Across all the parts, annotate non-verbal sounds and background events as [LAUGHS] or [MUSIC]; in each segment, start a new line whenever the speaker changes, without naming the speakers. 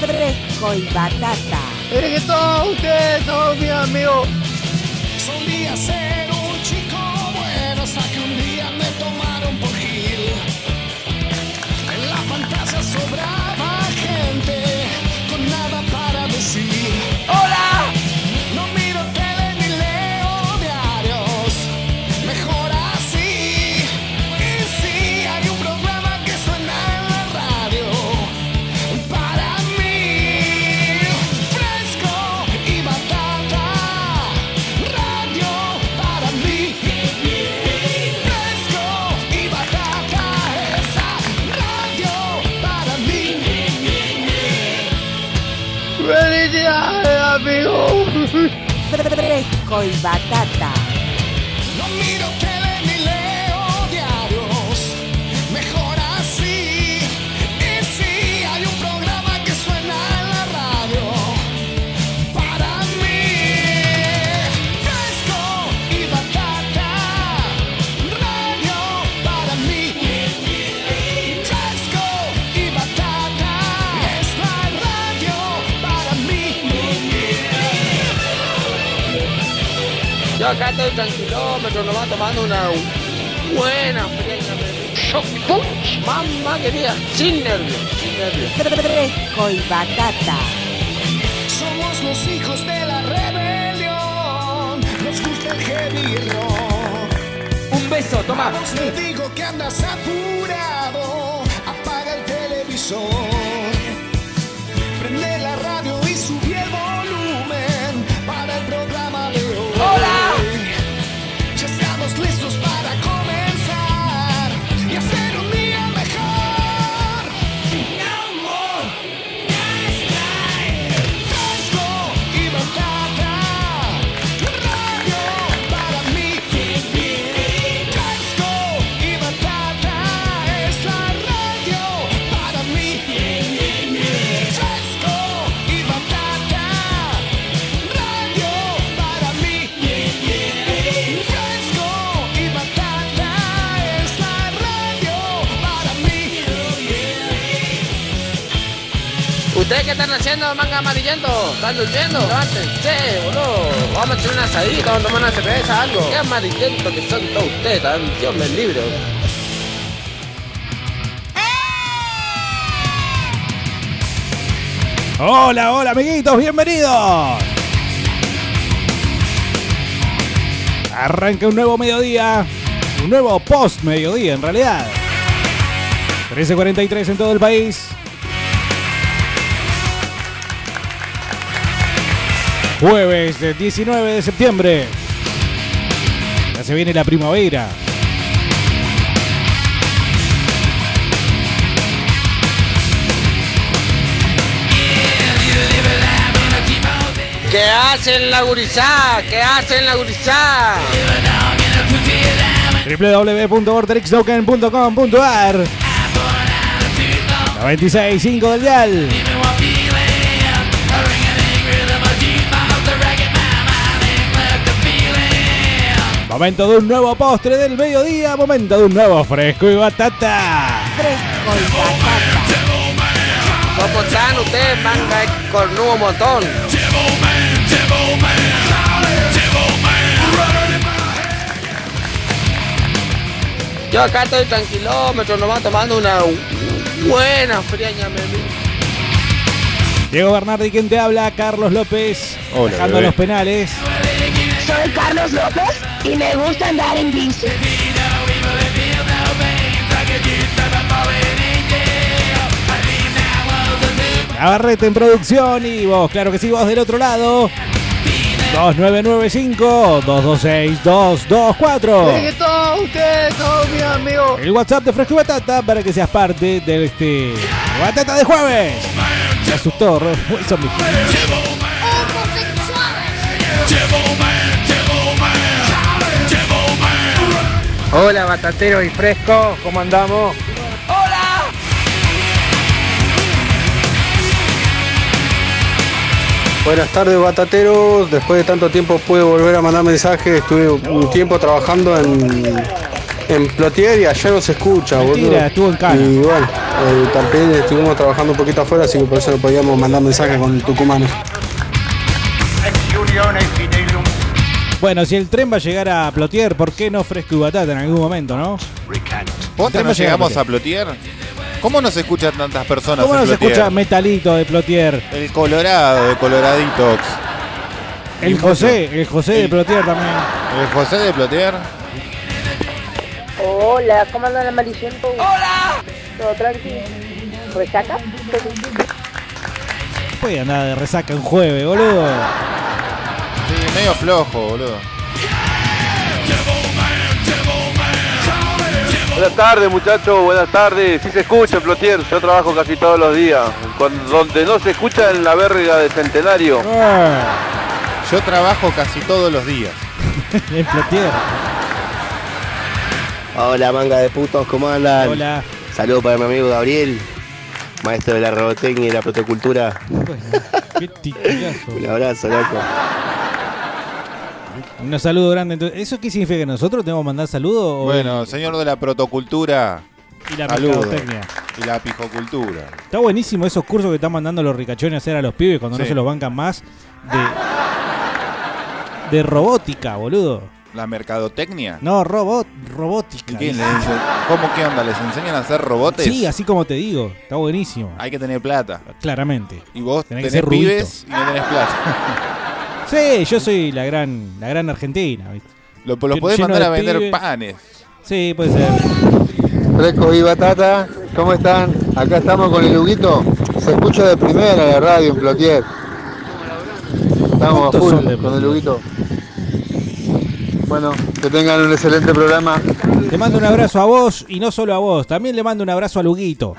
Taco y Batata.
Es que todos ustedes son mis amigos.
Solía ser un chico bueno hasta que un día me tomaron por Gil. En la fantasía sobraba gente con nada para decir.
¡Hola!
No miro tele ni leo diarios, mejor así. Y si hay un programa que suena en la radio, para mí, fresco y batata. Radio para mí, fresco y batata. Esa radio para mí.
¡Felicidades, amigos!
Fresco y Batata.
No miro tele ni leo diarios, mejor así. Y si hay un programa que suena en la radio, para mí, fresco y batata. Radio para mí, fresco y batata. Es la radio para mí.
Yo acá estoy tranquilómetro, nomás tomando una buena fresca. Shock punch, mamá querida, sin nervios, sin nervios.
Fresco y Batata.
Somos los hijos de la rebelión. Nos gusta el heavy rock.
Un beso, toma.
Vamos, te digo que andas apurado. Apaga el televisor. Prende la radio y subí el volumen para el programa de hoy.
¡Hola!
Ya estamos listos para comenzar y hacer un día mejor. No more Fresco y batata, radio para mí. Fresco y batata es la radio para mí. Fresco y batata, radio para mí. Fresco y batata es la radio para mí.
¿Ustedes qué están haciendo, manga amarillento? ¿Están durmiendo? Levántense, boludo. Vamos a hacer una asadita, vamos a tomar una cerveza, algo. Qué amarillento que son todos ustedes, tan- Dios me libre.
Hola, hola amiguitos, bienvenidos. Arranca un nuevo mediodía, un nuevo post mediodía en realidad. 13.43 en todo el país. Jueves del 19 de septiembre. Ya se viene la primavera.
¿Qué hacen la gurizá? ¿Qué hacen la gurizá?
www.vortextoken.com.ar La 26.5 del dial. Momento de un nuevo postre del mediodía, momento de un nuevo fresco y batata.
Fresco y Batata.
¿Cómo están ustedes, manga de cornudo montón? Yo acá estoy tranquilómetro, nomás tomando una buena friaña, me
Diego Bernardi, quien te habla, Carlos López,
Hola,
dejando
bebé.
los penales.
Soy Carlos López y me gusta andar en bici.
Abarrete en producción y vos, claro que sí, vos del otro lado. 2995-226-224.
que todos ustedes son mis amigos.
El WhatsApp de Fresco y Batata para que seas parte de este Batata de Jueves. Me asustó, Ro- Wilson Mejía.
Hola, batatero y fresco, ¿cómo andamos?
Buenas tardes, batateros. Después de tanto tiempo pude volver a mandar mensajes. Estuve un tiempo trabajando en en Plotier y allá no se escucha,
Mentira,
boludo.
estuvo en Cana.
Y bueno, eh, también estuvimos trabajando un poquito afuera, así que por eso no podíamos mandar mensajes con el tucumano.
Bueno, si el tren va a llegar a Plotier, ¿por qué no Fresco y Batata en algún momento, no?
¿Otra no
Estamos
llegamos a Plotier? ¿Cómo nos escuchan tantas personas
¿Cómo
en
no se
Plotier?
escucha Metalito de Plotier?
El Colorado, de Coloraditos.
El José, el José de
El-
Plotier también.
El
Eh,
José de Plotier.
Hola, ¿cómo andan la maldición? ¡Hola! ¿Todo tranquilo? ¿Resaca?
Puede andar de resaca un jueves, boludo.
Sí, medio flojo, boludo.
Buenas tardes muchachos, buenas tardes. Sí se escucha en Plotier, yo trabajo casi todos los días. Cuando- donde no se escucha en la verga de Centenario.
Ah,
Yo trabajo casi todos los días.
[LAUGHS] En Plotier.
Hola manga de putos, ¿cómo andan?
Hola.
Saludos para mi amigo Gabriel, maestro de la robotecnia y la protocultura.
Bueno, qué titillazo.
Un abrazo, loco.
Un saludo grande. Entonces, ¿Eso qué significa que nosotros tenemos que mandar saludos?
Bueno, señor de la protocultura
y la
saludos.
mercadotecnia.
y la pijocultura.
Está buenísimo esos cursos que están mandando los ricachones a hacer a los pibes cuando no
Sí.
se los bancan más de, de robótica, boludo.
La mercadotecnia.
No, robot, robótica.
¿Quién
dice.
le dice? ¿Cómo qué onda? ¿Les enseñan a hacer robotes?
Sí, así como te digo, está buenísimo.
Hay que tener plata.
Claramente.
Y vos
Tenés
tenés,
que ser
pibes y no tenés plata. [LAUGHS]
Sí, yo soy la gran, la gran argentina, ¿viste?
Lo- Los podés
Lleno de
mandar a vender
pibes.
panes.
Sí, puede ser.
Fresco y Batata, ¿cómo están? Acá estamos con el Huguito. Se escucha de primera la radio en Plotier. Estamos a
¿Cuántos
full
son de
con el
Plotier?
Huguito. Bueno, que tengan un excelente programa.
Te mando un abrazo a vos y no solo a vos, también le mando un abrazo a Luguito.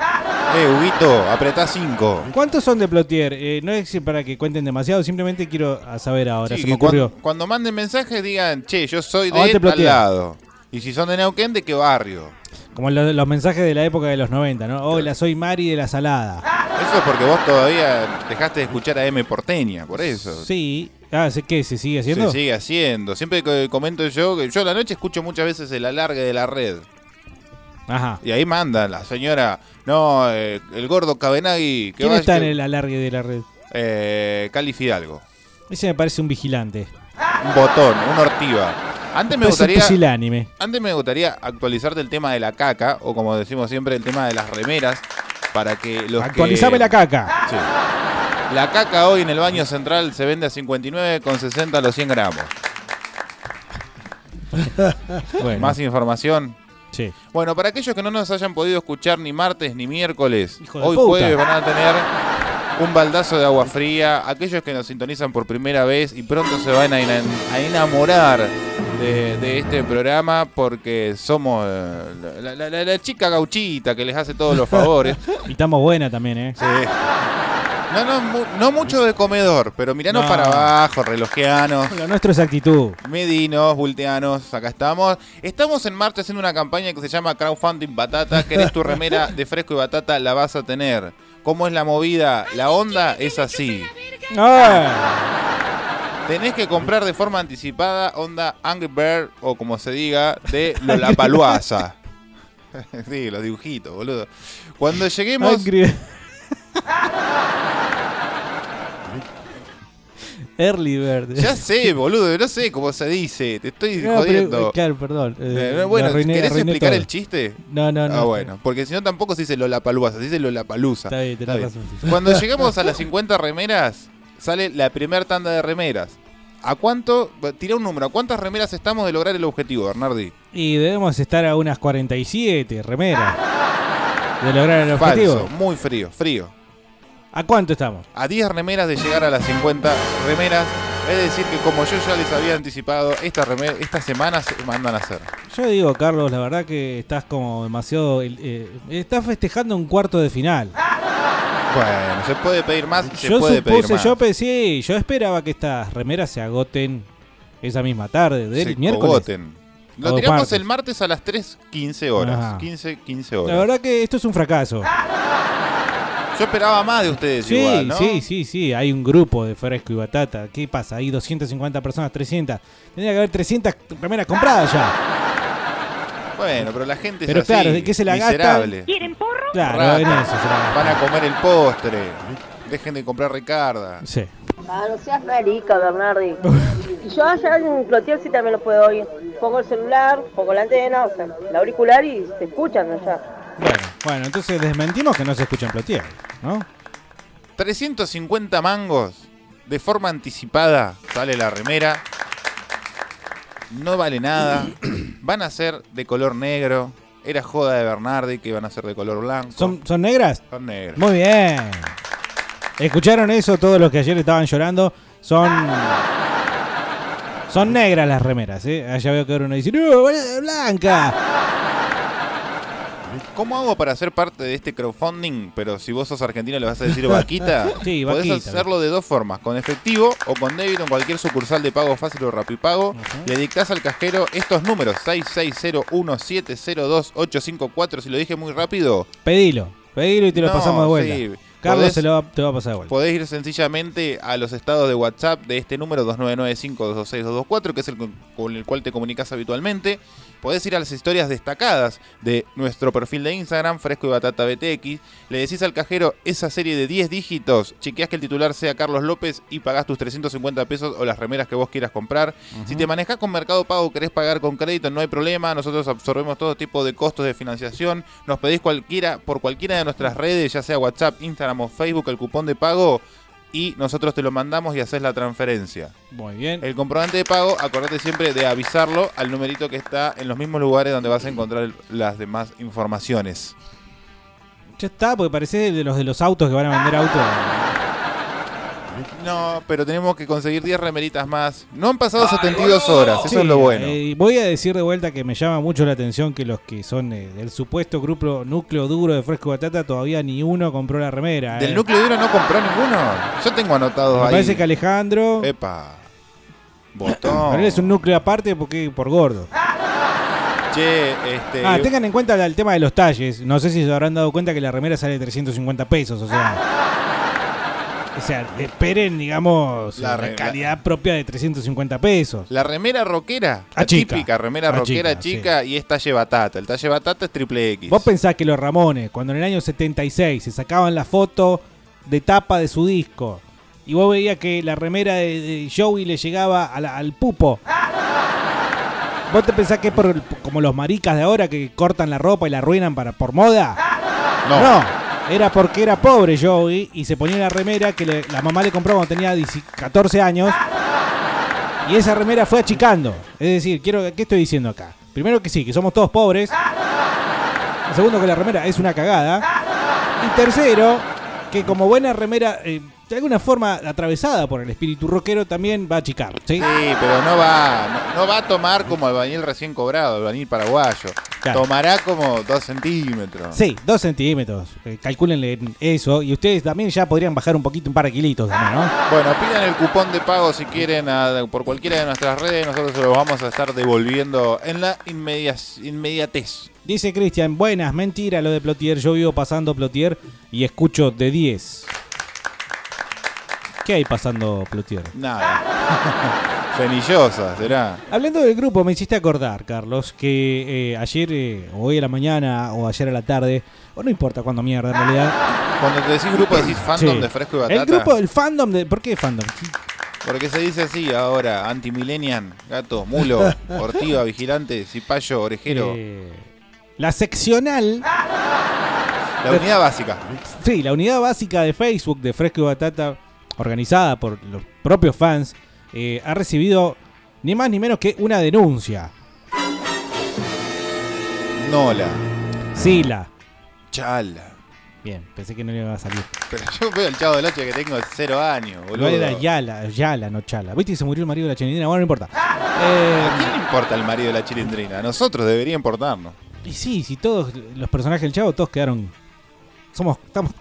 Eh, Huguito, apretá 5.
¿Cuántos son de Plotier? Eh, no es para que cuenten demasiado, simplemente quiero a saber ahora. se me ocurrió.
cuando, cuando manden mensajes digan, che, yo soy de
Aguante
tal
Plotier.
lado. Y si son de Neuquén, ¿de qué barrio?
Como lo- los mensajes de la época de los 90, ¿no? Hola, soy Mari de la Salada.
Eso es porque vos todavía dejaste de escuchar a M Porteña, por eso.
Sí. Ah, ¿se- ¿qué? ¿Se sigue haciendo?
Se sigue haciendo. Siempre que comento yo, que yo a la noche escucho muchas veces el alargue de la red.
Ajá.
Y ahí manda la señora, no, eh, el gordo Cabenagui. Que
¿Quién
vaya-
está en el alargue de la red?
Eh, Cali Fidalgo.
Ese me parece un vigilante.
Un botón, una ortiva. Antes me
Parece un
gustaría...
pusilánime.
Antes me gustaría actualizarte el tema de la caca, o como decimos siempre, el tema de las remeras, para que los que-
Actualizame la caca.
Sí. La caca hoy en el baño central se vende a 59,60 a los 100 gramos.
Bueno,
Más información.
sí.
Bueno, para aquellos que no nos hayan podido escuchar ni martes ni miércoles,
Hijo de
hoy
puta.
jueves van a tener un baldazo de agua fría. Aquellos que nos sintonizan por primera vez y pronto se van a, ena- a enamorar de, de este programa porque somos eh, la, la- la- la chica gauchita que les hace todos
[LAUGHS]
los favores.
Y estamos buena también, ¿eh?
Sí. No, no, mu- no mucho de comedor, pero miranos
No.
para abajo, relojeanos.
Lo nuestro es actitud.
Medinos, Bulteanos, acá estamos. Estamos en marcha haciendo una campaña que se llama Crowdfunding Batata. Querés tu remera de fresco y batata, la vas a tener. ¿Cómo es la movida? La onda es así.
Ah,
Tenés que comprar de forma anticipada onda Angry Bird o como se diga, de Lollapalooza. [LAUGHS] sí, los dibujitos, boludo. Cuando lleguemos...
Angry- Early Bird.
Ya sé, boludo, no sé cómo se dice. Te estoy
No, pero-
jodiendo.
claro, perdón. eh,
Eh,
lo
bueno,
arruiné-
¿querés
arruiné
explicar
todo.
el chiste?
No, no, no.
Ah, bueno, porque si no tampoco se dice Lollapalooza, se dice Lollapalooza.
Está bien, tenés razón, sí.
Cuando
[LAUGHS]
llegamos a las 50 remeras, sale la primera tanda de remeras. ¿A cuánto? Tira un número. ¿A cuántas remeras estamos de lograr el objetivo, Bernardi?
Y debemos estar a unas 47 remeras de lograr el objetivo.
Falso, muy frío, frío.
¿A cuánto estamos?
A 10 remeras de llegar a las 50 remeras. Es decir, que como yo ya les había anticipado, estas remeras, esta semana se mandan a hacer.
Yo digo, Carlos, la verdad que estás como demasiado. eh, estás festejando un cuarto de final.
Bueno, se puede pedir más, y se
yo
puede pedir
supuse,
más.
yo pensé, yo esperaba que estas remeras se agoten esa misma tarde, del
Se
miércoles.
cogoten. Lo
O
tiramos
martes.
el martes a las 3.15 horas.
Ajá.
15, 15
La
horas.
verdad que esto es un fracaso.
Yo esperaba más de ustedes
Sí,
Ah, igual, ¿no?
sí, sí, sí. Hay un grupo de fresco y batata. ¿Qué pasa? Hay 250 personas, 300. Tendría que haber 300 remeras compradas ya.
Bueno, pero la gente
Pero
es así,
claro, ¿de qué se la gastan?
miserable.
¿Quieren porro?
Claro,
Rata.
en eso será.
Van a comer el postre. Dejen de comprar Ricarda.
Sí.
Ah, no seas marica, Bernardi. Y yo allá en Clotier sí también lo puedo oír. Pongo el celular, pongo la antena, o sea, el auricular y se escuchan allá.
Bueno, bueno, entonces desmentimos que no se escucha en Plotier, ¿no?
350 mangos de forma anticipada sale la remera. No vale nada. Van a ser de color negro. Era joda de Bernardi que iban a ser de color blanco.
¿Son, son negras?
Son negros.
Muy bien. ¿Escucharon eso? Todos los que ayer estaban llorando son. Son negras las remeras, ¿eh? Allá veo que ahora uno dice, ¡No, blanca!
[LAUGHS] ¿Cómo hago para ser parte de este crowdfunding? Pero si vos sos argentino le vas a decir vaquita.
[LAUGHS] Sí, vaquita.
Podés hacerlo de dos formas, con efectivo o con débito en cualquier sucursal de pago fácil o rapipago. Le dictás al cajero estos números, 6601702854. Si lo dije muy rápido,
Pedilo, pedilo y te lo
No,
pasamos de vuelta.
sí.
Carlos
Podés-
se lo va- te va a pasar de vuelta.
podés ir sencillamente a los estados de WhatsApp de este número 2995-226-224, que es el con- con el cual te comunicas habitualmente. Podés ir a las historias destacadas de nuestro perfil de Instagram, Fresco y Batata BTX. Le decís al cajero esa serie de 10 dígitos, chequeás que el titular sea Carlos López y pagás tus 350 pesos o las remeras que vos quieras comprar. Si te manejás con Mercado Pago, querés pagar con crédito, no hay problema. Nosotros absorbemos todo tipo de costos de financiación. Nos pedís cualquiera, por cualquiera de nuestras redes, ya sea WhatsApp, Instagram o Facebook, el cupón de pago y nosotros te lo mandamos y haces la transferencia.
Muy bien.
El comprobante de pago, acordate siempre de avisarlo al numerito que está en los mismos lugares donde vas a encontrar las demás informaciones.
Ya está, porque parece de los de los autos que van a vender
Ah,
autos.
No, pero tenemos que conseguir 10 remeritas más. No han pasado 72 horas, eso es lo
Sí,
bueno.
eh, voy a decir de vuelta que me llama mucho la atención que los que son eh, del supuesto grupo núcleo duro de Fresco Batata todavía ni uno compró la remera. eh.
Del núcleo duro no compró ninguno. Yo tengo
Me
anotado ahí.
parece
Eh,
que Alejandro.
Epa. Botón.
Pero él es un núcleo aparte porque por gordo.
Ah, Che, este.
Ah, tengan en cuenta el tema de los talles. No sé si se habrán dado cuenta que la remera sale 350 pesos, o sea. O sea, esperen, digamos,
Ah. La
la,
re-
calidad propia de 350 pesos.
La remera rockera.
Ah,
La
chica.
típica remera
Ah,
rockera
chica,
chica y es talle batata. El talle batata es triple X.
Vos pensás que los Ramones, cuando en el año 76 se sacaban la foto de tapa de su disco, y vos veías que la remera de, de Joey le llegaba a la- al pupo.
Ah.
¿Vos te pensás que es por, como los maricas de ahora que cortan la ropa y la arruinan para, por moda?
No.
No, era porque era pobre Joey y se ponía una remera que le- la mamá le compró cuando tenía 10 14 años. Y esa remera fue achicando. Es decir, quiero, ¿qué estoy diciendo acá? Primero que sí, que somos todos pobres. Segundo que la remera es una cagada. Y tercero, que como buena remera, eh, de alguna forma atravesada por el espíritu rockero, también va a achicar. ¿sí?
Sí, pero no va, no, no va a tomar como albañil recién cobrado, albañil paraguayo.
Claro.
Tomará como 2 centímetros.
Sí, dos centímetros. Eh, calcúlenle eso. Y ustedes también ya podrían bajar un poquito, un par de kilitos también, ¿no?
Bueno, pidan el cupón de pago si quieren a- por cualquiera de nuestras redes. Nosotros se lo vamos a estar devolviendo en la inmedia- inmediatez.
Dice Cristian, buenas, mentira lo de Plotier. Yo vivo pasando Plotier y escucho de 10. ¿Qué hay pasando Plotier?
Nada. [LAUGHS] Cenillosa, será.
Hablando del grupo, me hiciste acordar, Carlos, que eh, ayer, eh, o hoy a la mañana, o ayer a la tarde, o no importa cuándo mierda en realidad.
Cuando te decís grupo, decís fandom
Sí.
de fresco y batata.
El grupo del fandom de. ¿Por qué fandom?
Porque se dice así ahora: antimillennial, gato,
[LAUGHS]
mulo, ortiva, vigilante, cipayo, orejero.
Eh, la seccional.
la unidad básica.
Sí, la unidad básica de Facebook de Fresco y Batata, organizada por los propios fans, eh, ha recibido ni más ni menos que una denuncia.
Nola,
Sila.
chala.
Bien, pensé que no le iba a salir.
Pero yo veo al chavo del 8 que tengo 0 años,
No
boludo.
era Yala, Yala, no Chala. ¿Viste que se murió el marido de la chinindina? Bueno, no importa. Eh,
¿A quién le importa el marido de la chilindrina? A nosotros debería importarnos.
y sí, si todos los personajes del chavo, todos quedaron. Somos, estamos,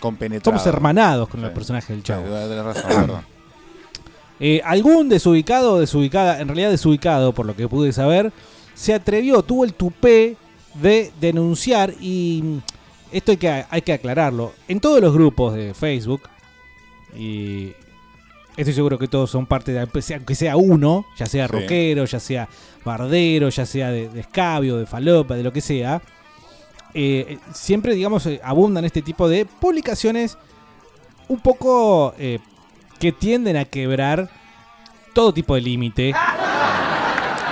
Compenetrados.
somos hermanados con
Sí.
los personajes del
Sí,
chavo.
tenés razón, perdón.
Eh, algún desubicado o desubicada, en realidad desubicado por lo que pude saber, se atrevió, tuvo el tupé de denunciar y mm, esto hay que, hay que aclararlo. En todos los grupos de Facebook y Estoy seguro que todos son parte de, aunque sea- aunque sea uno, ya sea
Sí.
rockero, ya sea bardero, ya sea de, de escabio, de falopa, de lo que sea. eh, eh, siempre, digamos, eh, abundan este tipo de publicaciones un poco eh, que tienden a quebrar todo tipo de límite.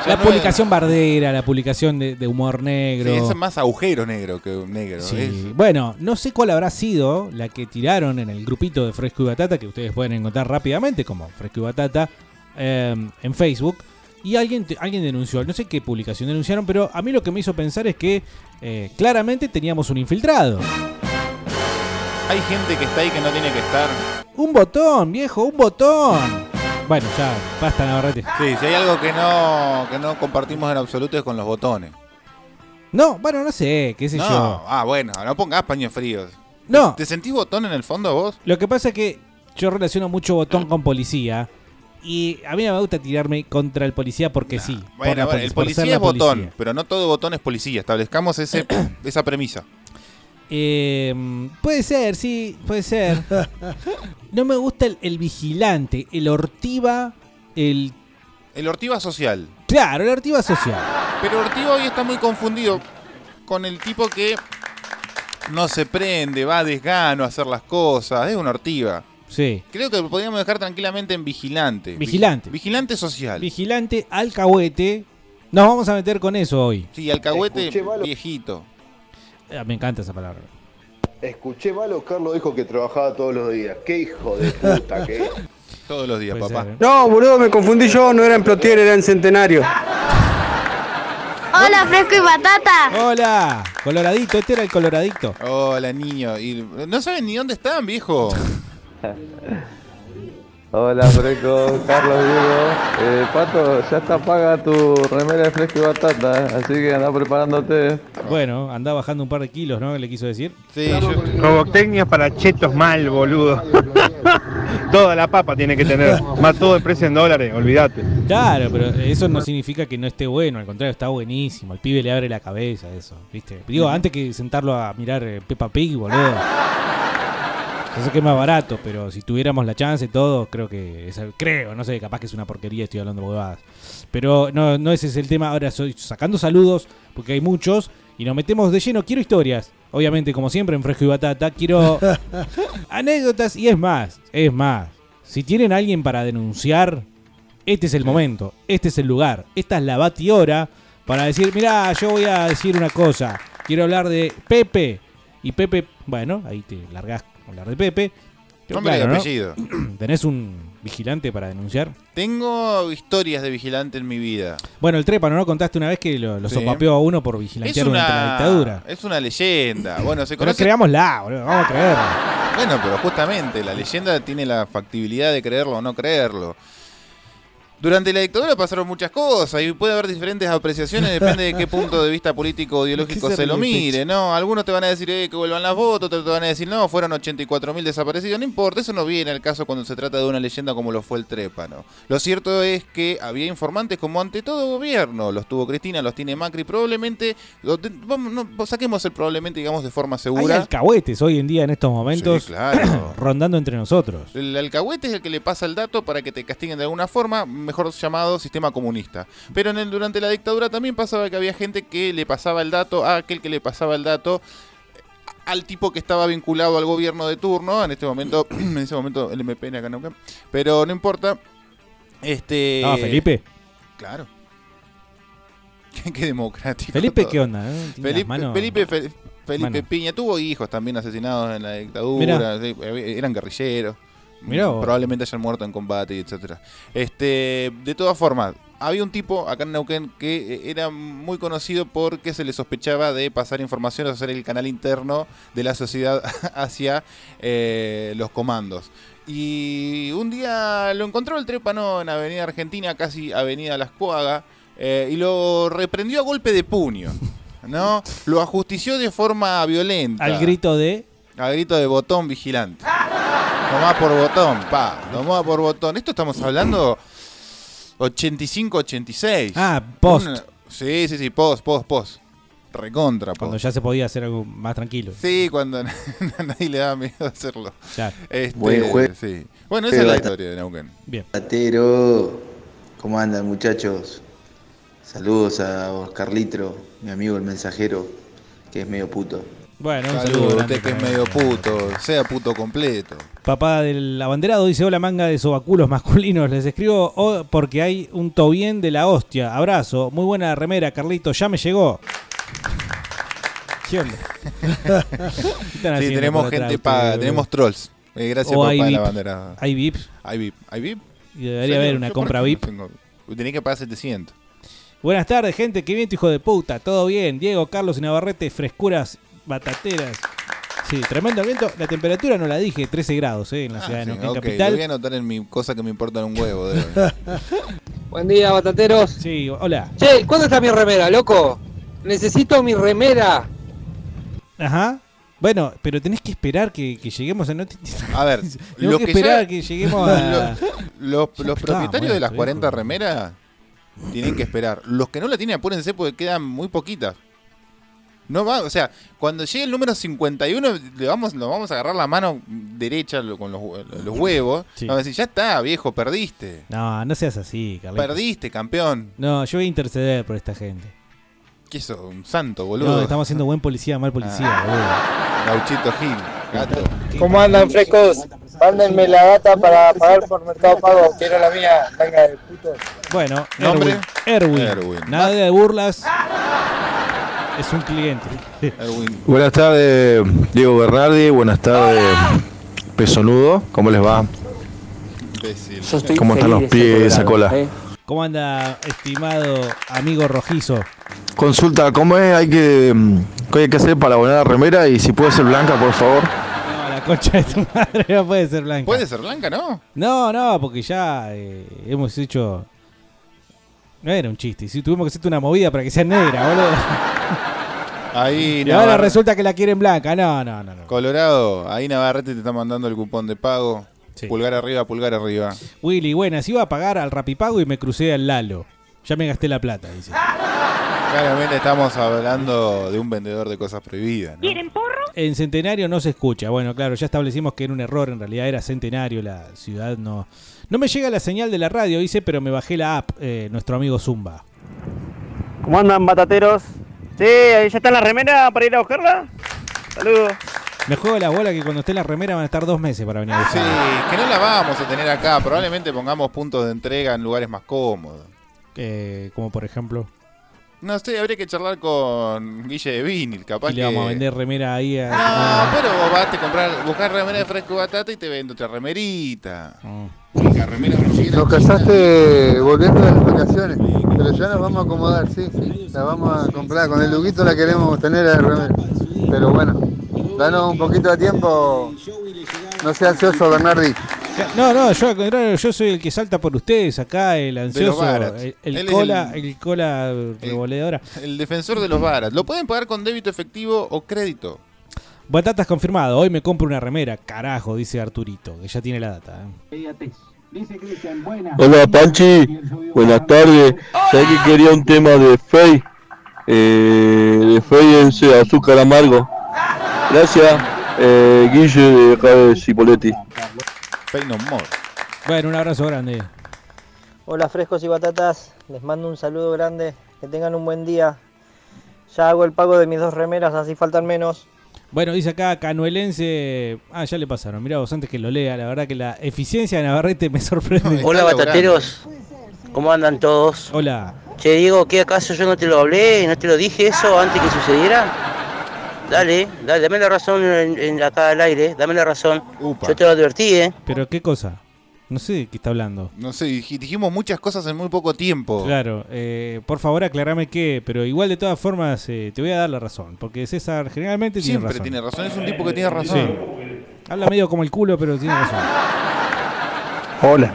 La
no
publicación bardera, la publicación de, de humor negro.
Sí, es más agujero negro que un negro.
Sí.
es-
Bueno, no sé cuál habrá sido la que tiraron en el grupito de Fresco y Batata, que ustedes pueden encontrar rápidamente como Fresco y Batata eh, en Facebook. Y alguien, te- alguien denunció, no sé qué publicación denunciaron, pero a mí lo que me hizo pensar es que eh, claramente teníamos un infiltrado.
Hay gente que está ahí que no tiene que estar.
Un botón, viejo, un botón. Bueno, ya, basta, Navarrete.
Sí, si hay algo que no, que no compartimos en absoluto es con los botones.
No, bueno, no sé, qué sé
no,
yo.
ah, bueno, no pongas paños fríos.
No,
¿Te sentís botón en el fondo vos?
Lo que pasa es que yo relaciono mucho
Ah.
botón con policía. Y a mí no me gusta tirarme contra el policía porque sí. por
Bueno,
la
bueno,
poli-
el
por ser
policía
la
es botón,
policía.
pero no todo botón es policía. Establezcamos
[COUGHS]
ese, esa premisa.
Eh, puede ser, sí, puede ser. No me gusta el, el vigilante, el ortiva, el...
El Ortiva social.
Claro, el ortiva social.
Pero Ortiva hoy está muy confundido con el tipo que no se prende, va a desgano a hacer las cosas. Es un Ortiva.
Sí.
Creo que lo podríamos dejar tranquilamente en vigilante.
Vigilante.
Vi- Vigilante social.
Vigilante, alcahuete. Nos vamos a meter con eso hoy.
sí, alcahuete
Escuché, Valo.
viejito.
Ah, Me encanta esa palabra.
Escuché mal o Carlos dijo que trabajaba todos los días. Qué hijo de puta que es.
Todos los días,
Puede
papá.
ser, ¿eh?
No, boludo, me confundí yo, no era en Plotier, era en Centenario.
Hola, fresco y batata.
¿eh? Hola, coloradito, este era el coloradito.
Hola, niño. Y no saben ni dónde están, viejo.
Hola, Freco, Carlos Diego. Eh, Pato, ya está paga tu remera de fresco y batata, eh, así que anda preparándote.
Bueno, andaba bajando un par de kilos, ¿no? Le quiso decir.
Sí, yo-
Robotecnia para chetos mal, boludo. Toda la papa tiene que tener. Más todo el precio en dólares, olvídate.
Claro, pero eso no significa que no esté bueno, al contrario, está buenísimo. El pibe le abre la cabeza, eso, ¿viste? Digo, antes que sentarlo a mirar eh, Peppa Pig, boludo. Yo sé que es más barato, pero si tuviéramos la chance y todo, creo que es al- creo, no sé, capaz que es una porquería, estoy hablando bobadas. Pero no, no ese es el tema. Ahora soy sacando saludos, porque hay muchos, y nos metemos de lleno. Quiero historias, obviamente, como siempre, en Fresco y Batata. Quiero anécdotas, y es más, es más. Si tienen a alguien para denunciar, este es el momento, este es el lugar, esta es la batihora para decir, mirá, yo voy a decir una cosa, quiero hablar de Pepe. Y Pepe, bueno, ahí te largás a hablar de Pepe. Pero
Nombre y
claro, ¿no?
apellido.
[CLEARS THROAT] ¿Tenés un vigilante para denunciar?
Tengo historias de vigilante en mi vida.
Bueno, el Trépano, ¿no? Contaste una vez que lo, lo
Sí.
sopapeó a uno por vigilantear durante la dictadura.
es una leyenda. Bueno, se
Pero no
conoce. Ah,
creámosla, boludo, vamos a creerla.
Bueno, pero justamente la leyenda tiene la factibilidad de creerlo o no creerlo. Durante la dictadura pasaron muchas cosas y puede haber diferentes apreciaciones, depende de qué punto de vista político o ideológico
¿Qué se
se lo
ríe,
mire, ¿no? Algunos te van a decir eh, que vuelvan las votos, otros te van a decir no, fueron 84.000 desaparecidos, no importa, eso no viene al caso cuando se trata de una leyenda como lo fue el Trépano. Lo cierto es que había informantes como ante todo gobierno, los tuvo Cristina, los tiene Macri, probablemente, lo- vamos, no, saquemos el probablemente, digamos, de forma
Hay
segura.
alcahuetes hoy en día en estos momentos
Sí, claro.
[CLEARS THROAT] rondando entre nosotros.
El alcahuete es el que le pasa el dato para que te castiguen de alguna forma, mejor llamado sistema comunista. Pero en el, durante la dictadura también pasaba que había gente que le pasaba el dato a aquel que le pasaba el dato eh, al tipo que estaba vinculado al gobierno de turno. En este momento, [CLEARS THROAT] en ese momento el MPN acá en Neuquén. Pero no importa. Este.
Ah, Felipe.
Claro. [LAUGHS] Qué democrático.
Felipe,
todo.
¿qué onda? eh? Tiene las
Felipe,
manos-
Felipe, Fe- Felipe
Mano.
Piña tuvo hijos también asesinados en la dictadura, sí, eh, eran guerrilleros,
Mirá
Mm,
vos.
probablemente hayan muerto en combate, y etcétera. Este, de todas formas, había un tipo acá en Neuquén que eh, era muy conocido porque se le sospechaba de pasar información o hacer el canal interno de la sociedad [LAUGHS] hacia eh, los comandos. Y un día lo encontró el Trépano en Avenida Argentina, casi Avenida Las Cuagas, eh, y lo reprendió a golpe de puño. ¿No? Lo ajustició de forma violenta.
Al grito de.
A grito de botón vigilante. Tomá por botón, pa. Tomá por botón. Esto estamos hablando 85-86.
Ah, post.
sí, sí, sí, post, post, post. Recontra, po.
Cuando ya se podía hacer algo más tranquilo.
Oh. Sí, cuando [LAUGHS] a nadie le daba miedo hacerlo.
Claro.
Este,
Buen juego.
sí. Bueno, esa es la historia de Neuquén.
Bien.
Atero, ¿cómo andan muchachos? Saludos a Oscar Litro, mi amigo el mensajero, que es medio puto.
Bueno, un
Saludos,
saludo. grande
usted que es
para-
medio puto, sea puto completo.
Papá del abanderado dice: Hola, manga de sobaculos masculinos. Les escribo oh, porque hay un tobien de la hostia. Abrazo. Muy buena remera, Carlito. Ya me llegó. ¿Qué onda? ¿Qué están
Sí,
haciendo
tenemos
por atrás
gente
ustedes,
paga,
boludo?
tenemos trolls. Eh, gracias,
O
papá
hay
de la
VIP.
bandera.
Hay VIP.
Hay VIP. ¿Hay VIP?
Y debería haber una compra VIP.
Tenía que pagar 700.
Buenas tardes, gente. Qué bien, tu hijo de puta. Todo bien. Diego, Carlos y Navarrete, frescuras batateras. Sí, tremendo viento. La temperatura no la dije, 13 grados eh, en la
Ah,
ciudad de
sí,
Neuquén
ok, Lo voy a
Capital.
anotar en mi cosa que me importan un huevo. de hoy.
Buen día, batateros.
Sí, hola.
Che, ¿cuándo está mi remera, loco? Necesito mi remera.
Ajá. Bueno, pero tenés que esperar que, que lleguemos a... No te- [LAUGHS]
A ver,
Tengo
Ah, lo
que
que
esperar
ya-
que lleguemos
[LAUGHS]
a...
Los,
Ya
los
está,
propietarios
bueno,
de las
viejo.
40 remeras tienen que esperar. Los que no la tienen, apúrense porque quedan muy poquitas. No va, o sea, cuando llegue el número 51, le vamos, nos vamos a agarrar la mano derecha lo- con los, hue- los huevos.
Sí.
Vamos a decir, ya está, viejo, perdiste.
No, no seas así, Carlito.
Perdiste, campeón.
No, yo voy a interceder por esta gente.
¿Qué sos? Un santo, boludo. Ah.
No, estamos siendo buen policía, mal policía,
Gauchito Gil,
[LAUGHS]
gato.
¿Cómo andan, frescos? Mándenme la data para pagar por Mercado Pago. Quiero la mía, manga de puto.
boludo. Bueno,
¿Nombre?
Erwin. Erwin.
Erwin.
Nada de burlas. Es un cliente.
Erwin.
Buenas tardes, Diego Bernardi. Buenas tardes, Pesonudo. ¿Cómo les va?
Imbécil.
¿Cómo están los pies de esa cola?
¿Cómo anda, estimado amigo rojizo?
Consulta, ¿cómo es? Hay que, mm, ¿Qué hay que hacer para abonar la remera? Y si puede ser blanca, por favor.
No, la concha de tu madre no puede ser blanca.
Puede ser blanca, ¿no?
No, no, porque ya eh, hemos hecho. No era un chiste. Si tuvimos que hacerte una movida para que sea negra, boludo.
Ahí,
Y, ahora
Navarrete.
resulta que la quieren blanca. No, no, no. no.
Colorado, ahí Navarrete te está mandando el cupón de pago.
Sí.
Pulgar arriba, pulgar arriba.
Willy, buenas. Iba a pagar al rapipago y me crucé al Lalo. Ya me gasté la plata, dice.
Claramente estamos hablando de un vendedor de cosas prohibidas. ¿no?
En Centenario no se escucha. Bueno, claro, ya establecimos que era un error. En realidad era Centenario. La ciudad no. No me llega la señal de la radio, dice, pero me bajé la app. eh, nuestro amigo Zumba.
¿Cómo andan, batateros? Sí, ¿ya está la remera para ir a buscarla? Saludos.
Me juego la bola que cuando esté la remera van a estar dos meses para venir a
Ah, Sí,
buscarla.
que no la vamos a tener acá. Probablemente pongamos puntos de entrega en lugares más cómodos.
Eh, como por ejemplo.
No sé, habría que charlar con Guille de Vinil, capaz
Y le vamos a
Pues que-
vender remera ahí a.
No, pero vos vas a comprar, buscar remera de fresco batata y te vendo otra remerita.
Ah.
Nos casaste volviendo de las vacaciones, pero ya nos vamos a acomodar, sí, sí, la vamos a comprar. Con el Luguito la queremos tener al revés. Pero bueno, danos un poquito de tiempo. No sea ansioso, Bernardi.
No, no, yo al contrario, yo soy el que salta por ustedes acá, el ansioso,
baratos.
el,
Él
el
es
cola,
el-
el, cola revoleadora.
El defensor de los varas. Lo pueden pagar con débito efectivo o crédito.
Batatas confirmado, hoy me compro una remera, carajo, dice Arturito, que ya tiene la data. ¿eh?
Hola Panchi, buenas tardes. Sabés que quería un tema de Fey, eh, de Fey en ese azúcar amargo. Gracias, eh, Guille de acá de Cipoletti.
Fey no more.
Bueno, un abrazo grande.
Hola frescos y batatas, les mando un saludo grande, que tengan un buen día. Ya hago el pago de mis dos remeras, así faltan menos.
Bueno, dice acá Canuelense. Ah, ya le pasaron. Mirá vos, antes que lo lea, la verdad que la eficiencia de Navarrete
[LAUGHS]
me sorprende.
Hola batateros, ¿cómo andan todos?
Hola.
Che Diego, ¿qué acaso yo no te lo hablé, no te lo dije eso antes que sucediera? Dale, dale, dame la razón en, en- acá al aire, dame la razón. Yo te lo advertí, ¿eh?
Pero qué cosa, no sé de qué está hablando.
No sé, dij- dijimos muchas cosas en muy poco tiempo.
Claro, eh, por favor aclarame qué, pero igual de todas formas eh, te voy a dar la razón, porque César generalmente
Siempre
tiene razón.
tiene razón, es un tipo que tiene razón.
Habla medio como el culo, pero tiene razón.
Hola.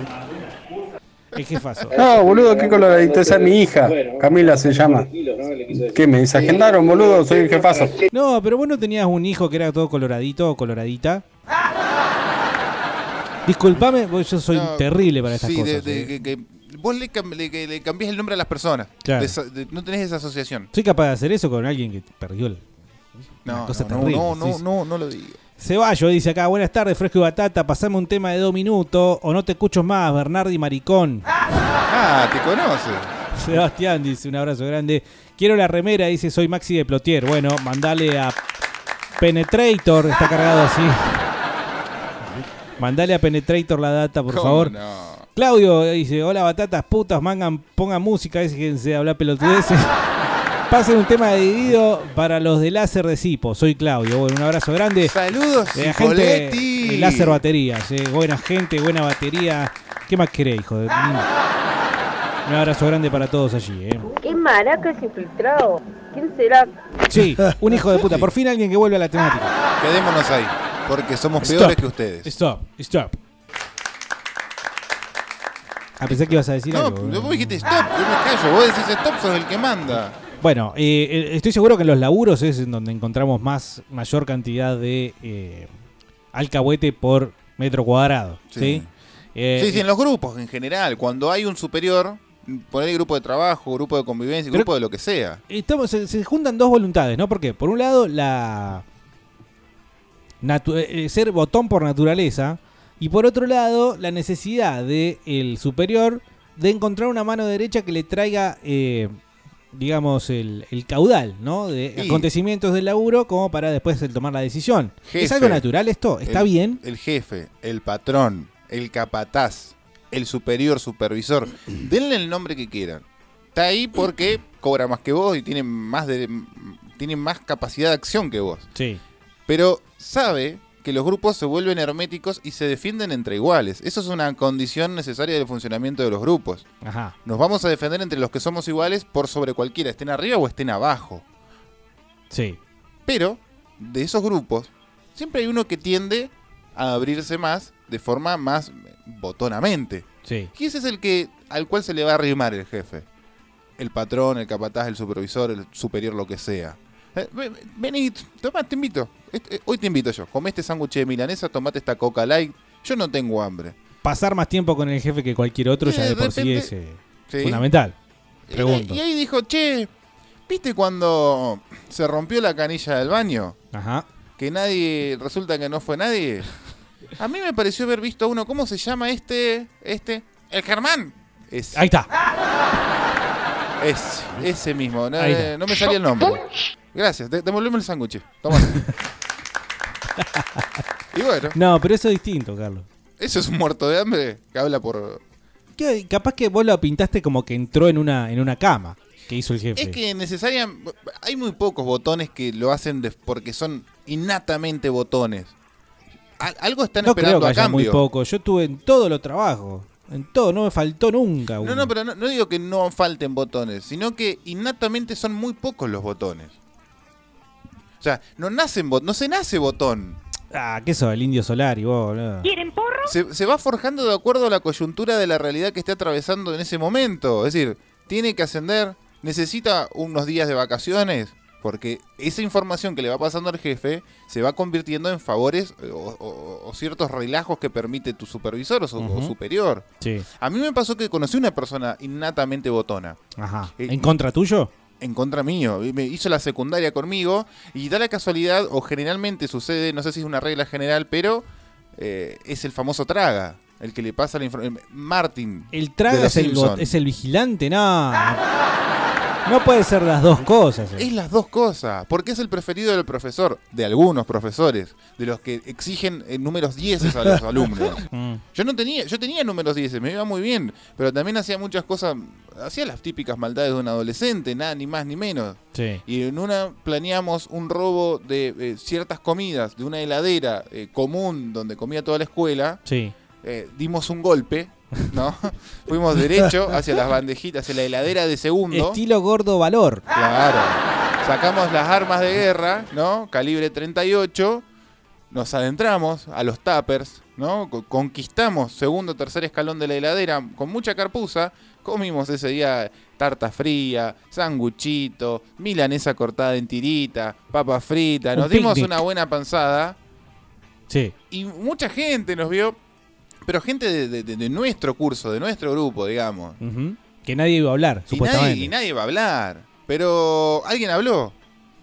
El jefazo.
No, boludo, qué coloradito. Esa es mi hija. Camila se llama. ¿Qué? ¿Me desagendaron, boludo? Soy el jefazo.
No, pero vos no tenías un hijo que era todo coloradito o coloradita. Disculpame, vos- yo soy terrible para estas
Sí,
cosas.
de- de-
eh.
que- que Vos le, cam- le- que le cambiás el nombre a las personas.
Claro.
Desa- de- no tenés esa asociación.
Soy capaz de hacer eso con alguien que perdió el.
No,
una cosa
no, no,
terrible,
no, no,
sí.
no, no lo digo.
Ceballo dice acá, buenas tardes, fresco y batata, pasame un tema de dos minutos o no te escucho más, Bernardi Maricón.
Ah, te conoce.
Sebastián dice, un abrazo grande. Quiero la remera, dice, soy Maxi de Plotier. Bueno, mandale a Penetrator, está cargado así. Mandale a Penetrator la data, por
¿Cómo
favor.
no?
Claudio dice, hola batatas, putas, mangan, pongan música, déjense de hablar pelotudeces. Pasen un tema dividido para los de láser de Cipo. Soy Claudio. Bueno, un abrazo grande.
Saludos,
Eh, gente
Cipoletti.
de Láser Baterías. eh. Buena gente, buena batería. ¿Qué más querés, hijo de... Un abrazo grande para todos allí. eh.
Qué maracas infiltrado. ¿Quién será?
Sí, un hijo de puta. Por fin alguien que vuelve a la temática.
Quedémonos ahí, porque somos
Stop.
peores que ustedes.
Stop, stop. A pesar que ibas a decir
No,
algo. eh.
vos dijiste stop, yo me callo. Vos decís stop, sos el que manda.
Bueno, eh, eh, estoy seguro que en los laburos es en donde encontramos más mayor cantidad de eh, alcahuete por metro cuadrado. Sí. Eh,
sí, sí, en los grupos en general. Cuando hay un superior, poner grupo de trabajo, grupo de convivencia,
Pero-
grupo de lo que sea.
estamos- se, se juntan dos voluntades, ¿no? Porque por un lado la natu- eh, ser botón por naturaleza y por otro lado la necesidad de el superior de encontrar una mano derecha que le traiga eh, digamos el, el caudal, ¿no? De
Sí.
acontecimientos del laburo como para después el tomar la decisión. ¿Es
Jefe.
algo natural esto? ¿Está
El-
bien?
El jefe, el patrón, el capataz, el superior, supervisor. Denle el nombre que quieran. Está ahí porque cobra más que vos y tiene más, de, tiene más capacidad de acción que vos.
Sí.
Pero sabe que los grupos se vuelven herméticos y se defienden entre iguales. Eso es una condición necesaria del funcionamiento de los grupos.
Ajá.
Nos vamos a defender entre los que somos iguales por sobre cualquiera, estén arriba o estén abajo.
Sí.
Pero de esos grupos, siempre hay uno que tiende a abrirse más de forma más eh, botonamente.
Sí.
Y ese es el que al cual se le va a arrimar el jefe. El patrón, el capataz, el supervisor, el superior, lo que sea. Eh, ve- ve- Vení, toma, te invito. Este- eh, Hoy te invito yo. Comé este sándwich de milanesa, tomate esta coca light. Yo no tengo hambre.
Pasar más tiempo con el jefe que cualquier otro
Sí,
ya de
de
por sí
repente-
es eh,
Sí.
fundamental.
Y-
Pregunto.
Y ahí dijo, che, ¿viste cuando se rompió la canilla del baño?
Ajá.
Que nadie, resulta que no fue nadie. A mí me pareció haber visto a uno, ¿cómo se llama este? Este. El Germán. Es,
Ahí está.
es, ese mismo. No, eh,
Ahí está.
no me salía el nombre. Gracias, de- devolveme el sándwich.
[LAUGHS]
Toma. y bueno,
No, pero eso es distinto, Carlos.
eso es un muerto de hambre que habla por...
Que- capaz que vos lo pintaste como que entró en una, en una cama que hizo el jefe.
Es que necesaria. Hay muy pocos botones que lo hacen de- porque son innatamente botones. Al- algo están
no creo
esperando
que
a
haya
cambio.
muy poco. Yo estuve en todos los trabajos. En todo, no me faltó nunca uno.
No, no, pero no, no digo que no falten botones, sino que innatamente son muy pocos los botones. O sea, no nacen bot- no se nace botón.
Ah, ¿qué sos? El indio solar y vos, boludo.
¿Quieren porro? Se, se va forjando de acuerdo a la coyuntura de la realidad que esté atravesando en ese momento. Es decir, tiene que ascender, necesita unos días de vacaciones, porque esa información que le va pasando al jefe se va convirtiendo en favores eh, o, o- o ciertos relajos que permite tu supervisor o, su- o
Ujú.
superior.
Sí.
A mí me pasó que conocí una persona innatamente botona.
Ajá.
Eh,
¿En contra tuyo?
En contra mío. Y Me hizo la secundaria conmigo y da la casualidad, o generalmente sucede, no sé si es una regla general, pero eh, es el famoso traga. El que le pasa la información. Martin.
El
de
traga
los
es el,
Simpson.
bot- es el vigilante, no. No puede ser las dos cosas. eh.
Es las dos cosas, porque es el preferido del profesor, de algunos profesores, de los que exigen eh, números 10 a
[LAUGHS]
los alumnos.
Mm.
Yo no tenía, yo tenía números 10, me iba muy bien, pero también hacía muchas cosas, hacía las típicas maldades de un adolescente, nada ni más ni menos.
Sí.
Y en una planeamos un robo de eh, ciertas comidas, de una heladera eh, común donde comía toda la escuela.
Sí.
Eh, dimos un golpe, ¿no? [LAUGHS] Fuimos derecho hacia las bandejitas, hacia la heladera de segundo.
Estilo gordo valor.
Claro. Sacamos las armas de guerra, ¿no? Calibre 38. Nos adentramos a los tappers, ¿no? Co- Conquistamos segundo, tercer escalón de la heladera con mucha carpuza. Comimos ese día tarta fría, sanguchito, milanesa cortada en tirita, papa frita.
Un
Nos dimos
picnic.
una buena panzada
Sí.
y mucha gente nos vio Pero gente de, de- de- de nuestro curso, de nuestro grupo, digamos.
Ujú. Que nadie iba a hablar,
Y nadie,
supuestamente.
y nadie va a hablar. Pero alguien habló.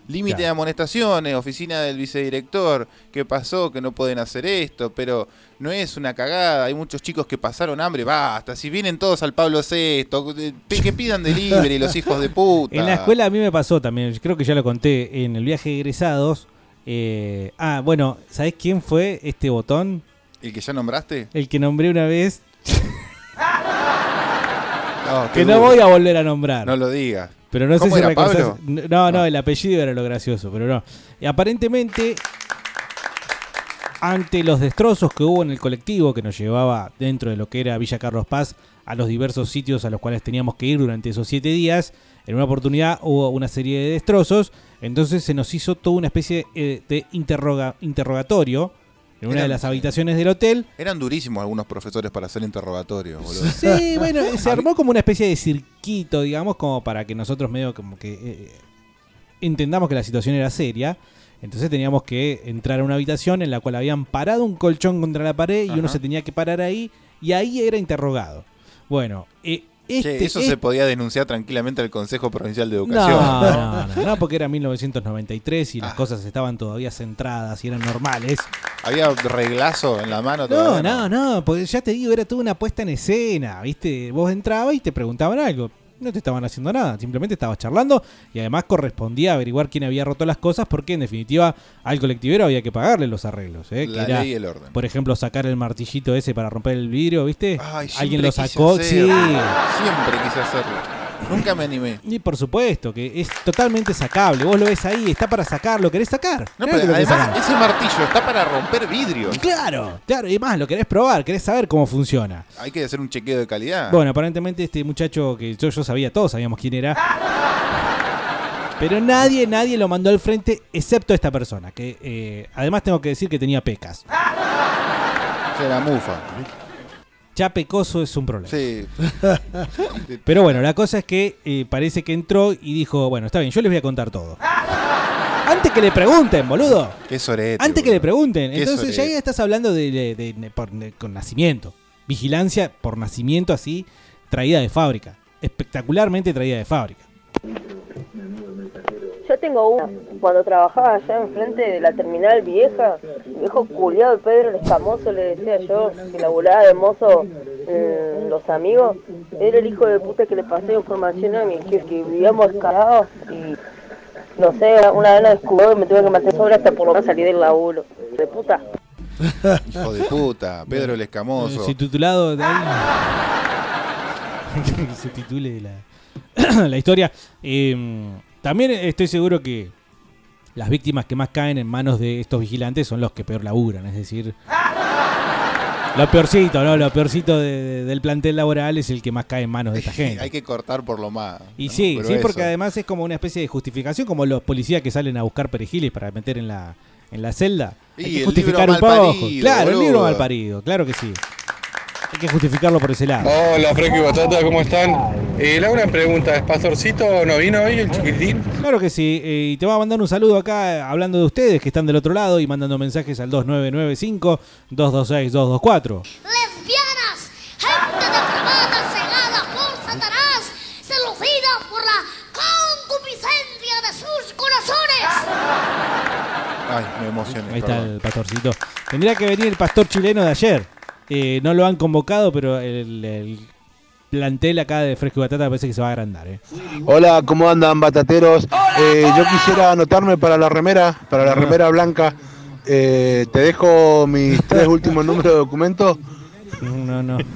Límite de amonestaciones, oficina del vicedirector, qué pasó, que no pueden hacer esto, pero no es una cagada, hay muchos chicos que pasaron hambre, basta, si vienen todos al Pablo Sexto, eh, que pidan de libre los hijos de puta.
En la escuela a mí me pasó también, yo creo que ya lo conté, en el viaje de egresados. eh, ah, bueno, ¿sabés quién fue este botón?
¿El que ya nombraste?
El que nombré una vez,
No,
que no voy a volver a nombrar.
No lo digas.
Pero no sé
¿Cómo
si
era,
recordás-
Pablo?
No, no, el apellido era lo gracioso, pero no. Y aparentemente, ante los destrozos que hubo en el colectivo que nos llevaba dentro de lo que era Villa Carlos Paz a los diversos sitios a los cuales teníamos que ir durante esos siete días, en una oportunidad hubo una serie de destrozos, entonces se nos hizo toda una especie eh, de interroga- interrogatorio en una de
Eran-
las habitaciones del hotel.
Eran durísimos algunos profesores para hacer interrogatorios, boludo.
Sí, bueno, se armó como una especie de cirquito, digamos, como para que nosotros medio como que eh, entendamos que la situación era seria. Entonces teníamos que entrar a una habitación en la cual habían parado un colchón contra la pared y uno
Ajá.
se tenía que parar ahí y ahí era interrogado. Bueno, eh, este,
Che, eso
este-
se podía denunciar tranquilamente al Consejo Provincial de
no,
Educación. [LAUGHS] Ah.
no, no, no, porque era 1993 y las cosas estaban todavía centradas y eran normales.
Había reglazo en la mano.
No,
todavía,
no, no, porque ya te digo, era toda una puesta en escena, ¿viste? Vos entrabas y te preguntaban algo. No te estaban haciendo nada, simplemente estabas charlando y además correspondía averiguar quién había roto las cosas porque en definitiva al colectivero había que pagarle los arreglos. ¿eh? Que
La
era,
ley y el orden.
Por ejemplo, sacar el martillito ese para romper el vidrio, ¿viste?
Ay, siempre
Alguien lo
quise
sacó, sí.
hacer. Siempre quise hacerlo. Nunca me animé.
Y por supuesto, que es totalmente sacable. Vos lo ves ahí, está para sacarlo, querés sacar.
No,
Claro que
pero
lo querés
además,
sacar.
ese martillo está para romper vidrios.
Claro, claro, y más, lo querés probar, querés saber cómo funciona.
Hay que hacer un chequeo de calidad.
Bueno, aparentemente este muchacho que yo, yo sabía, todos sabíamos quién era. Pero nadie, nadie lo mandó al frente, excepto esta persona, que eh, además tengo que decir que tenía pecas.
Era mufa.
Ya pecoso es un problema.
Sí.
Pero bueno, la cosa es que eh, parece que entró y dijo, bueno, está bien, yo les voy a contar todo. Antes que le pregunten, boludo.
Qué sorete.
Antes que le pregunten.
Qué
Entonces ya
sorete.
ahí estás hablando de, de- de- de- por- de- con nacimiento. Vigilancia por nacimiento así, traída de fábrica. Espectacularmente traída de fábrica.
Yo tengo una. Cuando trabajaba allá enfrente de la terminal vieja, el viejo culiado de Pedro el Escamoso le decía yo, que laburaba de mozo en los amigos, era el hijo de puta que le pasé información a mi que, que vivíamos cagados y no sé, una vez lo descubrió y me tuve que mantener sobre hasta por lo menos salir del laburo. De puta.
Hijo de puta. Pedro el Escamoso.
Si Eh, titulado de ahí. que se titule la, [COUGHS] la historia. Eh, también estoy seguro que las víctimas que más caen en manos de estos vigilantes son los que peor laburan. Es decir, lo peorcito, ¿no? Lo peorcito de- de- del plantel laboral es el que más cae en manos de esta gente.
[LAUGHS] Hay que cortar por lo más.
Y
¿no?
sí,
Pero
sí,
eso.
porque además es como una especie de justificación, como los policías que salen a buscar perejiles para meter en la, en la celda.
Y
Hay
el
que justificar
libro
un poco.
malparido,
Claro, el libro
boludo.
mal parido, claro que sí. Hay que justificarlo por ese lado.
Hola, Franco y Batata, ¿cómo están? Eh, Laura pregunta, ¿Pastorcito no vino hoy el chiquitín?
Claro que sí, eh, y te va a mandar un saludo acá eh, hablando de ustedes que están del otro lado y mandando mensajes al 2995-226-224.
lesbianas, gente depravada, cegada por Satanás, seducida por la concupiscencia de sus corazones.
Ay, me emocioné.
Ahí está
perdón.
el pastorcito. Tendría que venir el pastor chileno de ayer. Eh, no lo han convocado, pero el, el plantel acá de Fresco y Batata parece que se va a agrandar. eh.
Hola, ¿cómo andan, batateros? Eh, yo quisiera anotarme para la remera, para la remera blanca. Eh, te dejo mis tres últimos números de documento.
No, no. [LAUGHS]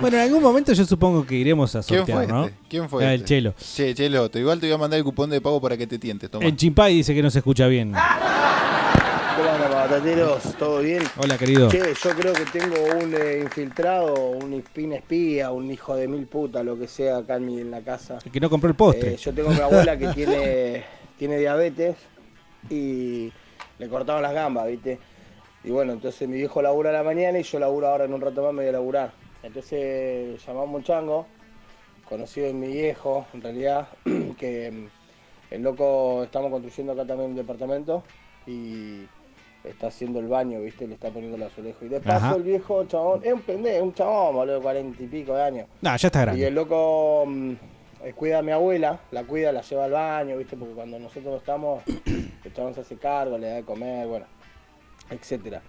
Bueno, en algún momento yo supongo que iremos a
¿Quién
sortear,
fue
¿no?
este? ¿Quién fue
Ah, El
este?
Chelo.
Che, Chelo, te- igual te voy a mandar el cupón de pago para que te tientes. Toma.
El Chimpay dice que no se escucha bien.
¿Cómo andan, patateros? ¿Todo bien?
Hola, querido.
Che, yo creo que tengo un eh, infiltrado, un espín espía, un hijo de mil puta, lo que sea acá en, mi- en la casa.
El que no compró el postre.
Eh, yo tengo mi abuela que tiene, tiene diabetes y le cortaron las gambas, ¿viste? Y bueno, entonces mi viejo labura a la mañana y yo laburo ahora en un rato más, me voy a laburar. Entonces llamamos a un chango, conocido de mi viejo, en realidad, [CLEARS THROAT] que mm, el loco, estamos construyendo acá también un departamento y está haciendo el baño, ¿viste? Le está poniendo el azulejo. Y de
Ajá.
paso el viejo chabón, es un pendejo, es un chabón, boludo, de cuarenta y pico de años.
No, ya está grande.
Y el loco mm, eh, cuida a mi abuela, la cuida, la lleva al baño, ¿viste? Porque cuando nosotros no estamos, [CLEARS THROAT] el chabón se hace cargo, le da de comer, bueno, etcétera.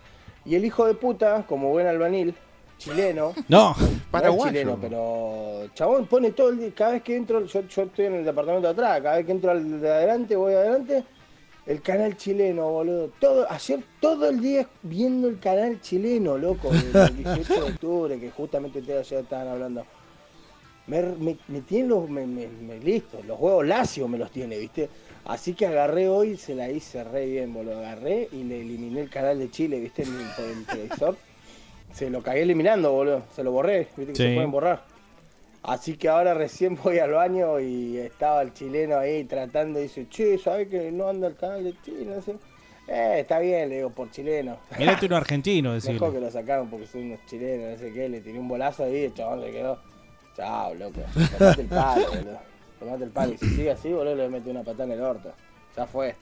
Y el hijo de puta, como buen albanil, chileno. [LAUGHS]
No,
paraguayo. chileno, pero chabón pone todo el día, cada vez que entro, yo, yo estoy en el departamento de atrás, cada vez que entro al de adelante, voy adelante, el canal chileno, boludo. Todo, ayer todo el día viendo el canal chileno, loco, el 18 de octubre, que justamente ustedes ayer estaban hablando. Me, me, me tienen los me, me- me- listo, los huevos lacios me los tiene, ¿viste? Así que agarré hoy, se la hice re bien, boludo. Agarré y le eliminé el canal de Chile, ¿viste? En el, por el televisor. Se lo cagué eliminando, boludo. Se lo borré, ¿viste? Que
Sí.
se pueden borrar. Así que ahora recién voy al baño y estaba el chileno ahí tratando y dice, che, ¿sabes que no anda el canal de Chile? No sé. Eh, está bien, le digo, por chileno.
Mirate este uno argentino,
Mejor que
decirle.
lo sacaron porque son unos chilenos, no sé qué, le tiré un bolazo ahí, el chabón se quedó. Chao, loco. Tomate el palo, boludo. Tomate el palo. Y si sigue así, boludo, le metí una patada en el orto. Ya fue.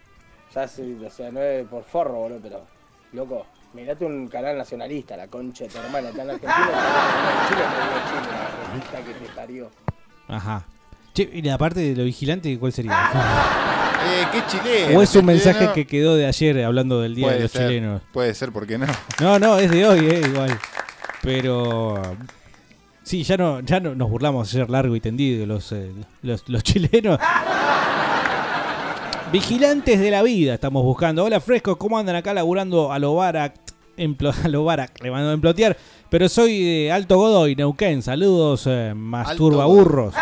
Ya se, o sea, no es por forro, boludo, pero. Loco, mirate un canal nacionalista, la concha de tu hermana, está en Argentina, está en Chile, no vive en Chile, la puta que te parió.
Ajá. Che, y la parte de lo vigilante, ¿cuál
[LAUGHS]
sería?
Eh, qué chileno.
¿O es un
qué
mensaje
chileno.
que quedó de ayer hablando del Día
Puede
de los
ser,
Chilenos?
Puede ser, ¿por qué no?
No, no, es de hoy, eh, igual. Pero. Sí, ya no, ya no nos burlamos ayer largo y tendido de los, eh, los, los chilenos. Vigilantes de la vida estamos buscando. Hola frescos, ¿cómo andan acá laburando a lo Barak? En Plo- [LAUGHS] a lo Barak, le mando a emplotear. Pero soy de Alto Godoy, Neuquén. Saludos, eh, masturbaburros.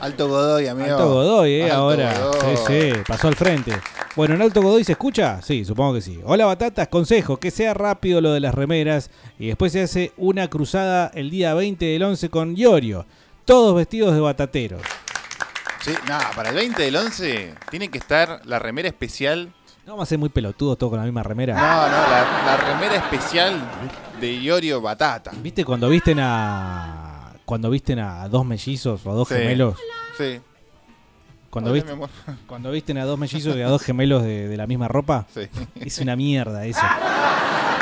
Alto Godoy, amigo.
Alto Godoy, eh,
Alto
ahora.
Godoy.
Sí, sí, pasó al frente. Bueno, ¿en Alto Godoy se escucha? Sí, supongo que sí. Hola, batatas, consejo, que sea rápido lo de las remeras. Y después se hace una cruzada el día 20 del 11 con Iorio. Todos vestidos de batateros.
Sí, nada, para el 20 del 11 tiene que estar la remera especial.
No vamos a ser muy pelotudos todos con la misma remera.
No, no, la, la remera especial de Iorio Batata.
¿Viste cuando visten a. Cuando visten a dos mellizos o a dos
Sí.
gemelos?
Sí.
Cuando,
Hola,
viste-
mi [LAUGHS] amor.
cuando visten a dos mellizos y a dos gemelos de, de la misma ropa. Es una mierda eso.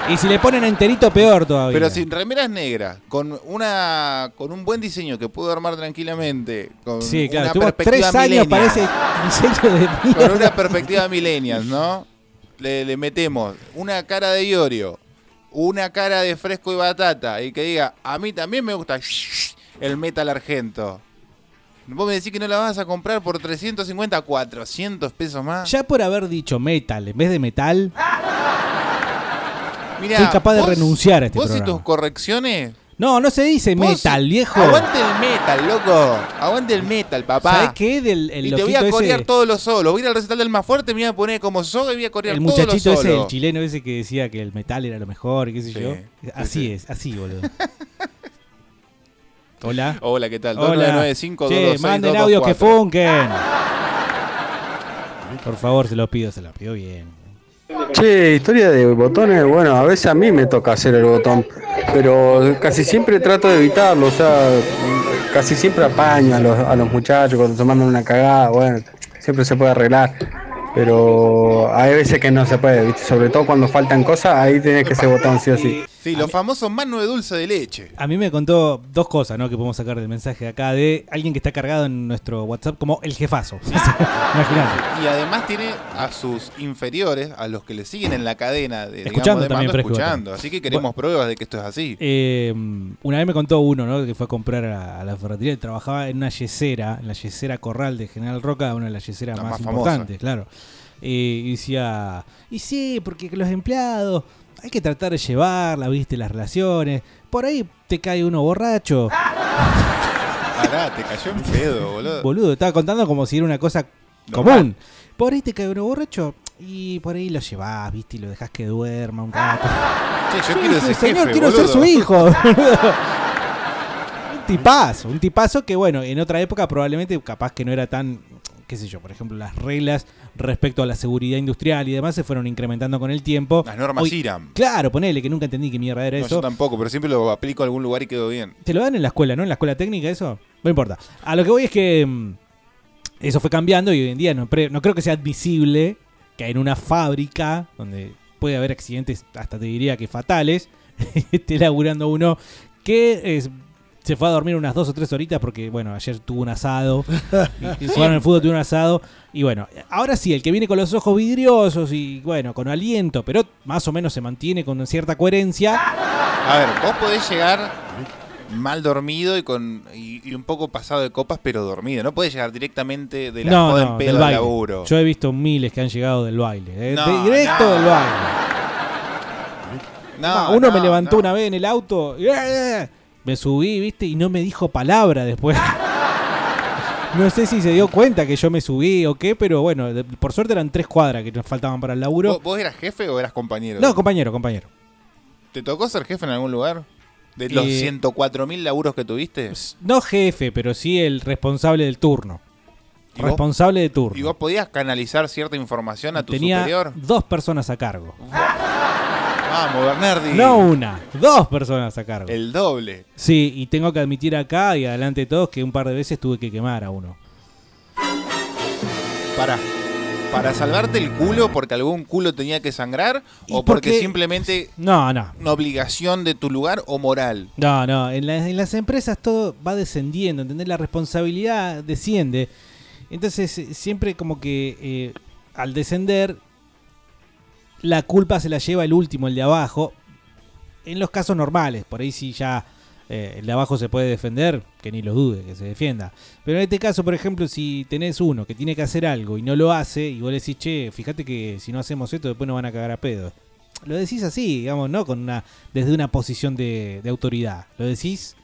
Y si le ponen enterito, peor todavía.
Pero sin remeras negras, con una con un buen diseño que pudo armar tranquilamente, con
Sí, claro,
una
estuvo
perspectiva
tres años para ese
millennial,
diseño de
con
mierda.
una perspectiva millennials, ¿no? Le, le metemos una cara de Iorio, una cara de fresco y batata, y que diga, a mí también me gusta el metal argento. Vos me decís que no la vas a comprar por 350, 400 pesos más.
Ya por haber dicho metal en vez de metal,
Mirá,
soy capaz de
vos-
renunciar a este
Vos y
programa.
tus correcciones,
No, no se dice
Vos-
metal, viejo.
Aguante el metal, loco. Aguante el metal, papá.
¿Sabés qué? Del, el
y te voy
loquito
a
ese-
corear todos los solos. Voy a ir al recital del más fuerte, me voy a poner como soga y voy a corear
El
todos los
muchachito
solos.
ese, el chileno ese que decía que el metal era lo mejor, y qué sé yo. Así es, así,
[LAUGHS]
boludo. Hola.
Hola, ¿qué tal?
Hola.
2995
Che,
226
manden audios que
224.
funken. Por favor, se los pido, se los pido bien.
Che, historia de botones, bueno, a veces a mí me toca hacer el botón, pero casi siempre trato de evitarlo, o sea, casi siempre apaño a los, a los muchachos cuando se mandan una cagada, bueno, siempre se puede arreglar, pero hay veces que no se puede, ¿viste? sobre todo cuando faltan cosas, ahí tenés que ser botón sí o sí.
Sí, los famosos más nueve dulce de leche.
A mí me contó dos cosas, ¿no? Que podemos sacar del mensaje de acá de alguien que está cargado en nuestro WhatsApp como el jefazo.
[LAUGHS]
Imagínate.
Y además tiene a sus inferiores, a los que le siguen en la cadena de, digamos,
Escuchando
de
también,
mando,
fresco,
escuchando.
también.
Así que queremos pruebas de que esto es así.
Eh, una vez me contó uno, ¿no? Que fue a comprar a, a la ferretería y trabajaba en una yesera, en la yesera Corral de General Roca, una de las yeseras
La
más,
más famosa.
importantes, claro. Eh, y decía, y sí, porque los empleados hay que tratar de llevarla, viste, las relaciones. Por ahí te cae uno borracho.
Pará, te cayó en pedo, boludo.
Boludo, estaba contando como si era una cosa común. Por ahí te cae uno borracho y por ahí lo llevas, viste, y lo dejas que duerma un rato.
Che, Ah, yo
Sí,
quiero ese
señor,
jefe,
quiero
boludo.
ser su hijo. [LAUGHS] boludo. un tipazo, un tipazo que bueno, en otra época probablemente capaz que no era tan, qué sé yo, por ejemplo, las reglas respecto a la seguridad industrial y demás se fueron incrementando con el tiempo.
Las normas
Hoy-
IRAM.
Claro, ponele que nunca entendí qué mierda era
No,
eso.
yo tampoco, pero siempre lo aplico a algún lugar y quedó bien.
Te lo dan en la escuela, ¿no? En la escuela técnica, eso. No importa. A lo que voy es que mm, eso fue cambiando y hoy en día no, pre- no creo que sea admisible que en una fábrica donde puede haber accidentes, hasta te diría que fatales, [LAUGHS] esté laburando uno que es- se fue a dormir unas dos o tres horitas porque, bueno, ayer tuvo un asado, y- y jugaron el fútbol, tuvo un asado, y bueno, ahora sí, el que viene con los ojos vidriosos y, bueno, con aliento, pero más o menos se mantiene con cierta coherencia.
A ver, vos podés llegar mal dormido y con y, y un poco pasado de copas, pero dormido. No podés llegar directamente de la joda en pedo
del
al
baile.
laburo.
Yo he visto miles que han llegado del baile. eh,
No,
de- directo
no,
del
no.
baile.
No,
Ah, uno me
no,
levantó una vez en el auto. eh, Me subí, viste, y no me dijo palabra después. [LAUGHS] No sé si se dio cuenta que yo me subí o qué, pero bueno, de- por suerte eran tres cuadras que nos faltaban para el laburo.
¿Vos, vos eras jefe o eras compañero?
No, compañero, compañero.
¿Te tocó ser jefe en algún lugar? De los
Eh,
104.000 laburos que tuviste.
No jefe, pero sí el responsable del turno.
vos?
Responsable de
¿Y
turno.
vos podías canalizar cierta información a tu
Tenía
superior?
dos personas a cargo.
Vamos, Bernardi.
No una, dos personas a cargo.
El doble.
Sí, y tengo que admitir acá y adelante de todos que un par de veces tuve que quemar a uno.
Para. ¿Para salvarte el culo porque algún culo tenía que sangrar? ¿O porque,
porque-
simplemente
No, no.
una obligación de tu lugar o moral?
No, no, en, las- en las empresas todo va descendiendo, ¿entendés? La responsabilidad desciende. Entonces, eh, siempre como que eh, al descender, la culpa se la lleva el último, el de abajo. En los casos normales, por ahí sí ya eh, el de abajo se puede defender, que ni lo dude, que se defienda. Pero en este caso, por ejemplo, si tenés uno que tiene que hacer algo y no lo hace, y vos le decís, che, fíjate que si no hacemos esto, después nos van a cagar a pedo. Lo decís así, digamos, ¿no? Con una, desde una posición de, de autoridad. Lo decís.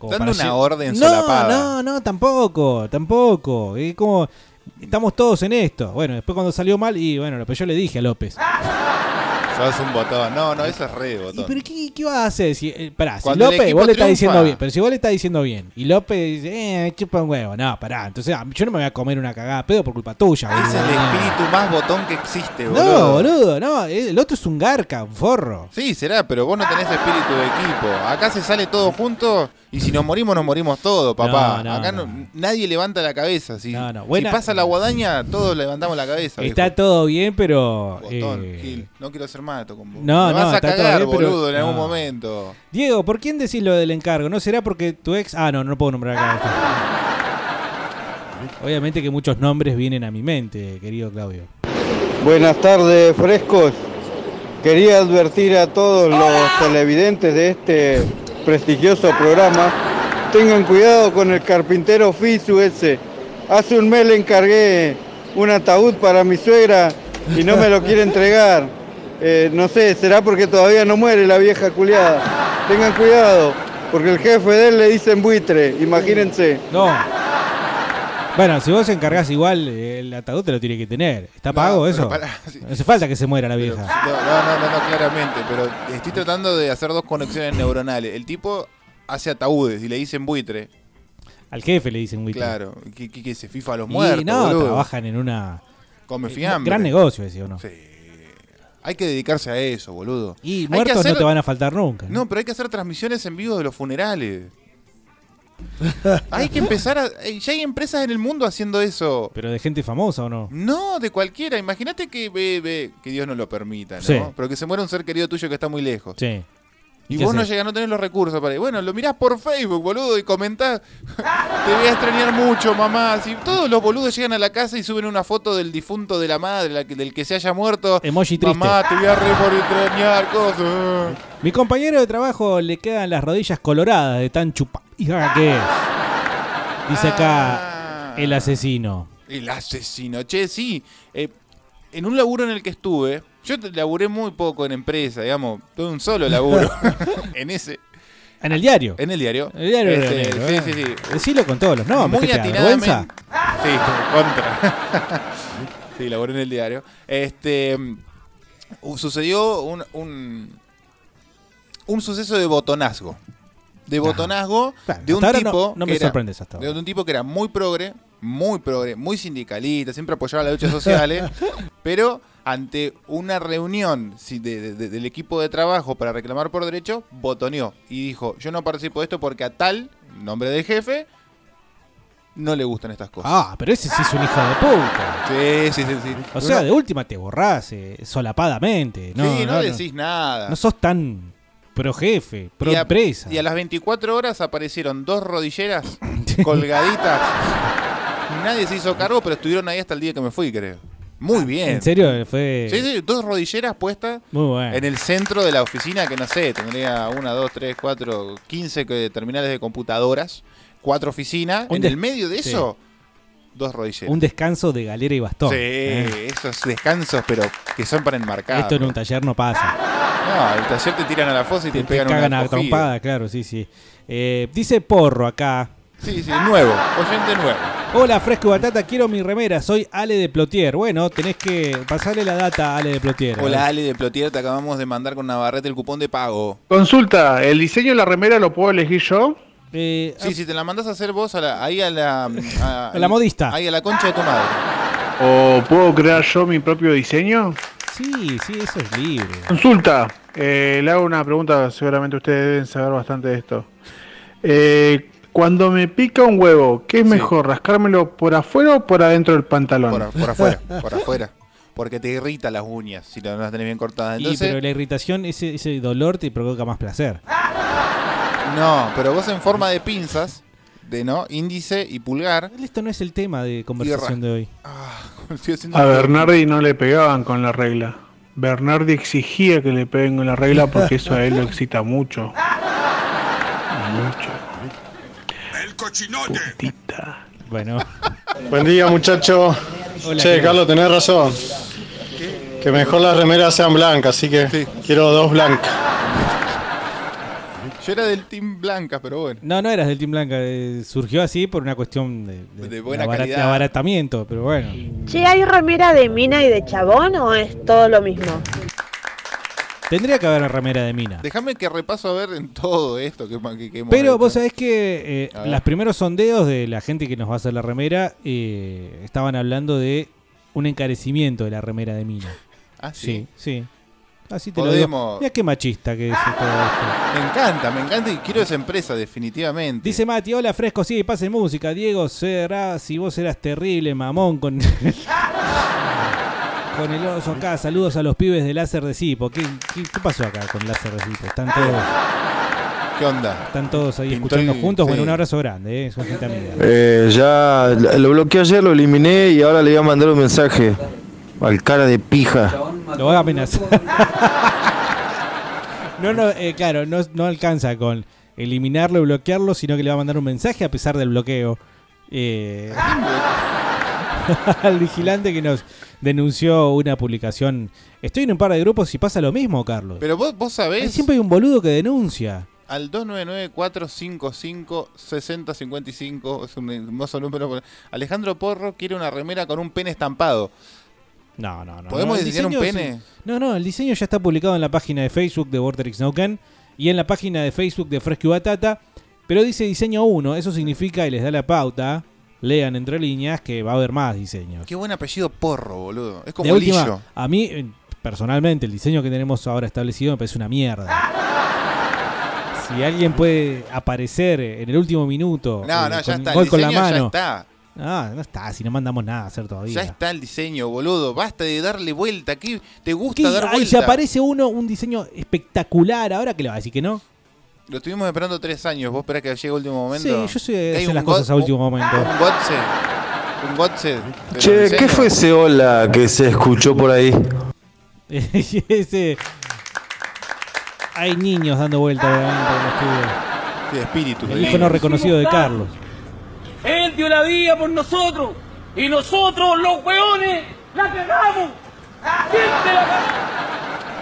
Dando
para
una
lle-
orden
no,
solapada.
No, no, tampoco, tampoco. Es como. Estamos todos en esto. Bueno, después cuando salió mal, y bueno, lo que yo le dije a López.
Ah, Sos un botón. No, no, eso es re de botón.
¿Y pero qué, qué vas a hacer? Si, eh, pará, si
Cuando el
López
equipo
vos le estás
triunfa.
diciendo bien, pero si vos le estás diciendo bien, y López dice, eh, chupa un huevo, no, pará, entonces ah, yo no me voy a comer una cagada de pedo por culpa tuya,
Ah, Es el
boludo.
espíritu más botón que existe, boludo.
Ah. No, boludo, no, eh, el otro es un garca, un forro.
Sí, será, pero vos no tenés espíritu de equipo. Acá se sale todo junto y si nos morimos, nos morimos todos, papá.
No, no,
Acá no- nadie levanta la cabeza. Si,
buena-
si pasa la guadaña, todos levantamos la cabeza.
Está
viejo.
todo bien, pero.
Botón,
eh,
Gil, no quiero ser mato con vos.
No,
Me
no,
vas a
está todo
cagar,
bien, pero-
boludo, en algún
no.
momento.
Diego, ¿por quién decís lo del encargo? ¿No será porque tu ex.? Ah, no, no puedo nombrar acá. Obviamente que muchos nombres vienen a mi mente, querido Claudio.
Buenas tardes, frescos. Quería advertir a todos los televidentes de este prestigioso programa, tengan cuidado con el carpintero Fisu ese. Hace un mes le encargué un ataúd para mi suegra y no me lo quiere entregar. Eh, no sé, será porque todavía no muere la vieja culiada. Tengan cuidado, porque el jefe de él le dicen buitre, imagínense.
No. Bueno, si vos encargás igual, eh, el ataúd te lo tiene que tener. ¿Está pago
pero
eso?
pará, sí.
No hace falta que se muera la vieja.
No, no, no, no, no, claramente, pero estoy tratando de hacer dos conexiones neuronales. El tipo hace ataúdes y le dicen buitre.
Al jefe le dicen buitre.
Claro, que, que- que se fifa a los
Y
muertos.
no,
boludo.
trabajan en una.
Come
eh,
fiambre.
Gran negocio, decía uno.
Hay que dedicarse a eso, boludo.
Y
Hay que
muertos
hacer-
no te van a faltar nunca. ¿no?
No, pero hay que hacer transmisiones en vivo de los funerales. hay que empezar a. eh, Ya hay empresas en el mundo haciendo eso.
Pero de gente famosa o no.
No, de cualquiera. Imagínate que, ve- ve- que Dios no lo permita, ¿no?
Sí.
Pero que se muera un ser querido tuyo que está muy lejos.
Sí.
Y
qué
vos no
haces?
llegas, no tenés los recursos para ir. Bueno, lo mirás por Facebook, boludo, y comentás. [LAUGHS] Te voy a extrañar mucho, mamá. Si todos los boludos llegan a la casa y suben una foto del difunto de la madre, la que- del que se haya muerto.
Emoji triste.
Mamá, te voy a re por extrañar, cosas.
Mi compañero de trabajo le quedan las rodillas coloradas de tan chupa. hija que es. Dice
Ah.
acá el asesino.
El asesino. Che, sí. eh, en un laburo en el que estuve, yo te- laburé muy poco en empresa, digamos. Tuve un solo
[LAUGHS]
laburo. [LAUGHS] en ese.
En el diario.
En el diario.
El diario de
Este,
Negro,
sí,
eh.
sí, sí.
Decilo con todos los nombres.
Muy
que te da
atinadamente-
vergüenza.
Sí, contra. [LAUGHS] sí, laburé en el diario. Este. mm, Sucedió un. un un suceso de botonazgo. De botonazgo
Ah, Claro,
de un
hasta ahora no-
tipo.
no
que
me
era-
sorprendes hasta
De un tipo que era muy progre, muy progre, muy sindicalista, siempre apoyaba las luchas
[LAUGHS]
sociales, ¿eh? pero ante una reunión sí, de- de- de- del equipo de trabajo para reclamar por derecho, botoneó y dijo: Yo no participo de esto porque a tal, nombre del jefe, no le gustan estas cosas.
Ah, pero ese sí es un hijo de puta.
Sí, sí, sí. sí.
Ah. O sea, de última te borrás eh, solapadamente. No,
Sí, no decís nada.
No sos tan pro jefe, pro
y a,
empresa.
y a las 24 horas aparecieron dos
[LAUGHS]
rodilleras colgaditas. Nadie se hizo cargo, pero estuvieron ahí hasta el día que me fui, creo. Muy bien.
Ah, En serio, fue.
Sí, sí, dos rodilleras puestas
Muy bueno.
en el centro de la oficina, que no sé, tendría una, dos, tres, cuatro, quince que- terminales de computadoras, cuatro oficinas.
Un
En
des-
el medio de
sí.
eso, dos rodilleras.
Un descanso de galera y bastón.
Sí,
¿eh?
esos descansos, pero que son para enmarcar.
Esto en un taller no pasa.
No, el taller te tiran a la fosa y te,
Te, te
pegan
cagan
una
a
cogida.
trompada, claro, sí, sí. Eh, dice Porro acá.
Sí, sí, nuevo, oyente nuevo.
Hola, Fresco y Batata, quiero mi remera. Soy Ale de Plotier. Bueno, tenés que pasarle la data a Ale de Plotier.
Hola Ale de Plotier, te acabamos de mandar con Navarrete el cupón de pago.
Consulta, ¿el diseño de la remera lo puedo elegir yo?
Eh, Ah.
sí, si te la mandás a hacer vos a la, ahí a la...
[LAUGHS]
A,
A la modista.
Ahí a la concha de tu madre.
¿O puedo crear yo mi propio diseño?
ah, Sí, sí, eso es libre.
Consulta, eh, le hago una pregunta, seguramente ustedes deben saber bastante de esto. Eh, cuando me pica un huevo, ¿qué es mejor, rascármelo por afuera o por adentro del pantalón?
Por, por
[LAUGHS]
afuera, por afuera. Porque te irrita las uñas si no las tenés bien cortadas.
Y,
Entonces,
pero la irritación, ese, ese dolor te provoca más placer.
No, pero vos en forma de pinzas, de no, índice y pulgar. [LAUGHS]
Esto no es el tema de conversación de hoy.
Estoy haciendo
A
un-
Bernardi no le pegaban con la regla. Bernardi exigía que le peguen con la regla porque eso a él lo excita mucho. Mucho.
Bueno.
[LAUGHS] Buen día, muchacho.
Hola,
che,
¿qué
Carlos, tenés razón. Que mejor las remeras sean blancas, así que quiero dos blancas.
Yo era del team blanca, pero bueno.
No, no eras del Team Blanca. eh, surgió así por una cuestión de,
De buena
abara-
calidad.
de abaratamiento, pero bueno.
Che, ¿hay remera de mina y de chabón o es todo lo mismo?
Tendría que haber una remera de mina.
Déjame que repaso a ver en todo esto que, que- que hemos
Pero
hecho.
vos sabés que eh,
A ver.
los primeros sondeos de la gente que nos va a hacer la remera eh, estaban hablando de un encarecimiento de la remera de mina.
Ah, sí.
Sí, sí. Así te lo digo.
Podemos-
Mira qué machista que es todo esto.
Me encanta, me encanta y quiero esa empresa, definitivamente.
Dice Mati, hola fresco, sí, pase música. Diego, será, si vos eras terrible, mamón, con, [LAUGHS] con el oso acá. Saludos a los pibes de láser de Cipo. ¿Qué, qué, qué pasó acá con láser de Cipo? Están todos,
¿Qué onda?
están todos ahí
Pintó
escuchando
el-
juntos. Bueno,
sí.
un abrazo grande, eh, son gente amiga.
Eh, ya lo bloqueé ayer, lo eliminé y ahora le voy a mandar un mensaje al cara de pija.
Lo voy a amenazar. [LAUGHS] no, no, eh, claro, no, no alcanza con eliminarlo y bloquearlo, sino que le va a mandar un mensaje a pesar del bloqueo. Eh, [LAUGHS] al vigilante que nos denunció una publicación. Estoy en un par de grupos y pasa lo mismo, Carlos.
Pero vos, vos
Ahí
sabés,
siempre hay un boludo que denuncia.
al 299-455-6055, es un hermoso número. Alejandro Porro quiere una remera con un pene estampado.
No, no, no.
¿Podemos
no, el
diseñar un
diseño
pene?
sí. No, no, el diseño ya está publicado en la página de Facebook de Vortex No Can y en la página de Facebook de Fresco y Batata, pero dice diseño 1, eso significa y les da la pauta, lean entre líneas que va a haber más diseños.
Qué buen apellido Porro, boludo. Es
de
como
última,
Lillo.
a mí eh, personalmente el diseño que tenemos ahora establecido me parece
[LAUGHS]
una mierda. Si alguien puede aparecer en el último minuto
No,
eh,
no, ya
con un
está. El
gol con la
diseño ya
mano.
está.
Ah, no está, si no mandamos nada a hacer todavía.
Ya está el diseño, boludo. Basta de darle vuelta. ¿Qué te gusta
¿Qué?
dar
Ay,
vuelta?
se aparece uno, un diseño espectacular. Ahora que le va a decir que no. [LAUGHS]
Lo estuvimos esperando tres años. ¿Vos esperás que llegue a último momento?
Sí, yo soy
Que
de
hay
hacer
un
las cosas a
God-
último momento.
Un Gotze. Un Gotze. pero
Che,
diseño.
¿qué fue ese hola que se escuchó por ahí?
Y ese- Hay niños dando vuelta obviamente, por el estudio.
De espíritu.
El hijo no reconocido de Carlos.
Él dio la vida por nosotros. Y nosotros, los hueones, la cagamos. Siempre la cagamos.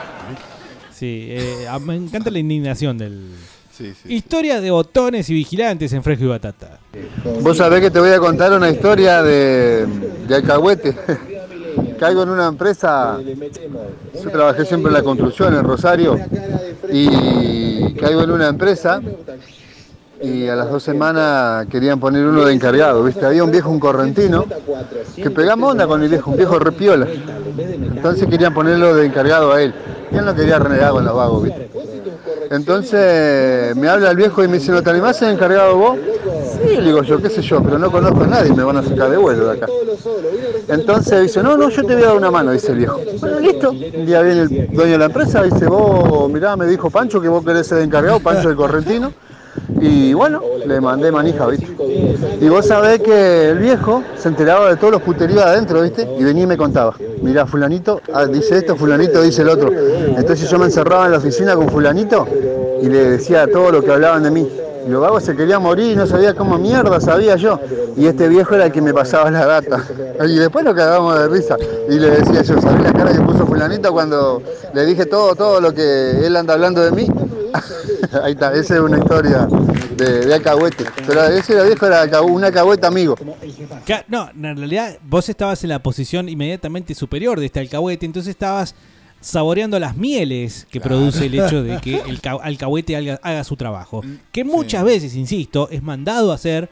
Sí, eh, a- me encanta la indignación del.
Sí,
Historia de botones y vigilantes en Fresco y Batata.
Vos sabés que te voy a contar una historia de, de alcahuete. Caigo en una empresa, yo trabajé siempre en la construcción en Rosario, y caigo en una empresa y a las dos semanas querían poner uno de encargado, ¿viste? Había un viejo, un correntino, que pegamos onda con el viejo, un viejo repiola. Entonces querían ponerlo de encargado a él. Y él no quería renegar con los vagos, ¿viste? Entonces me habla el viejo y me dice, ¿no te animás a ser encargado vos? Sí, le digo yo, qué sé yo, pero no conozco a nadie, me van a sacar de vuelo de acá. Entonces dice, no, no, yo te voy a dar una mano, dice el viejo. Bueno, listo. Un día viene el dueño de la empresa, dice, vos, mirá, me dijo Pancho que vos querés ser encargado, Pancho del Correntino. Y bueno, le mandé manija, ¿viste? Y vos sabés que el viejo se enteraba de todos los puteríos adentro, ¿viste? Y venía y me contaba. Mirá, fulanito ah, dice esto, fulanito dice el otro. Entonces yo me encerraba en la oficina con fulanito y le decía todo lo que hablaban de mí. Y los vagos se quería morir y no sabía cómo mierda sabía yo. Y este viejo era el que me pasaba la data. Y después nos cagábamos de risa. Y le decía yo, ¿sabés la cara que puso fulanito cuando le dije todo, todo lo que él anda hablando de mí? Ahí está, esa es una historia de, de alcahuete. Pero ese era viejo, era alcahu- un alcahuete amigo.
Ca- No, en realidad vos estabas en la posición inmediatamente superior de este alcahuete, entonces estabas saboreando las mieles que produce el hecho
[LAUGHS]
de que el ca- alcahuete haga, haga su trabajo.
Mm,
Que muchas veces, insisto, es mandado a hacer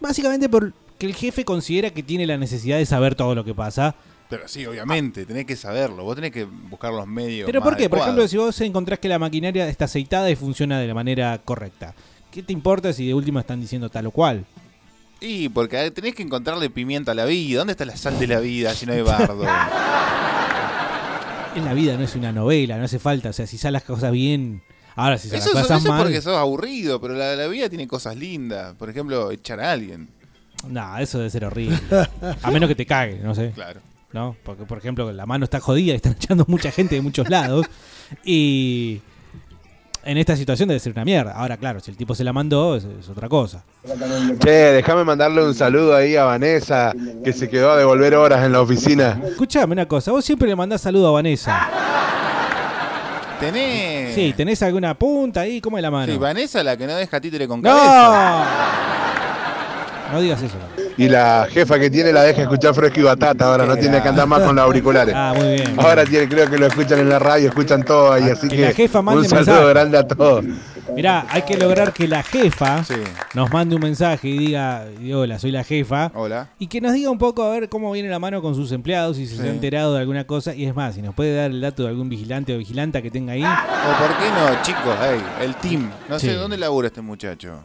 básicamente porque el jefe considera que tiene la necesidad de saber todo lo que pasa.
Pero sí, obviamente, tenés que saberlo. Vos tenés que buscar los medios.
Pero
más
¿por qué? Por
adecuados.
ejemplo, si vos encontrás que la maquinaria está aceitada y funciona de la manera correcta, ¿qué te importa si de última están diciendo tal o cual?
Y porque tenés que encontrarle pimienta a la vida. ¿Dónde está la sal de la vida si no hay
[LAUGHS]
bardo?
En la vida no es una novela, no hace falta. O sea, si salen las cosas bien. Ahora, si salen
Eso,
las
es-
cosas
eso es
mal.
porque sos aburrido, pero la, la vida tiene cosas lindas. Por ejemplo, echar a alguien.
No, eso debe ser horrible. A menos que te cague, no sé.
Claro.
¿No? Porque, por ejemplo, la mano está jodida y están [LAUGHS] echando mucha gente de muchos lados. Y. En esta situación debe ser una mierda. Ahora, claro, si el tipo se la mandó, es, es otra cosa.
Che, déjame mandarle un saludo ahí a Vanessa, que se quedó a devolver horas en la oficina.
Escuchame una cosa, vos siempre le mandás saludo a Vanessa.
Tenés.
Sí, ¿tenés alguna punta ahí? ¿Cómo es la mano?
Eh. Sí, Vanessa, la que no deja títere con
¡No! No digas eso.
Y la jefa que tiene la deja escuchar fresco y batata ahora, no tiene que andar más con los auriculares.
Ah, muy bien.
Ahora tiene, creo que lo escuchan en la radio, escuchan todo
Ah,
ahí, así que,
la jefa mande
un saludo
mensaje.
grande a todos.
Mirá, hay que lograr que la jefa nos mande un mensaje y diga, hola, soy la jefa.
Hola.
Y que nos diga un poco a ver cómo viene la mano con sus empleados, si se
Sí.
han enterado de alguna cosa. Y es más, si nos puede dar el dato de algún vigilante o vigilanta que tenga ahí.
O por qué no, chicos, ey, el team. No
Sí.
sé dónde labura este muchacho.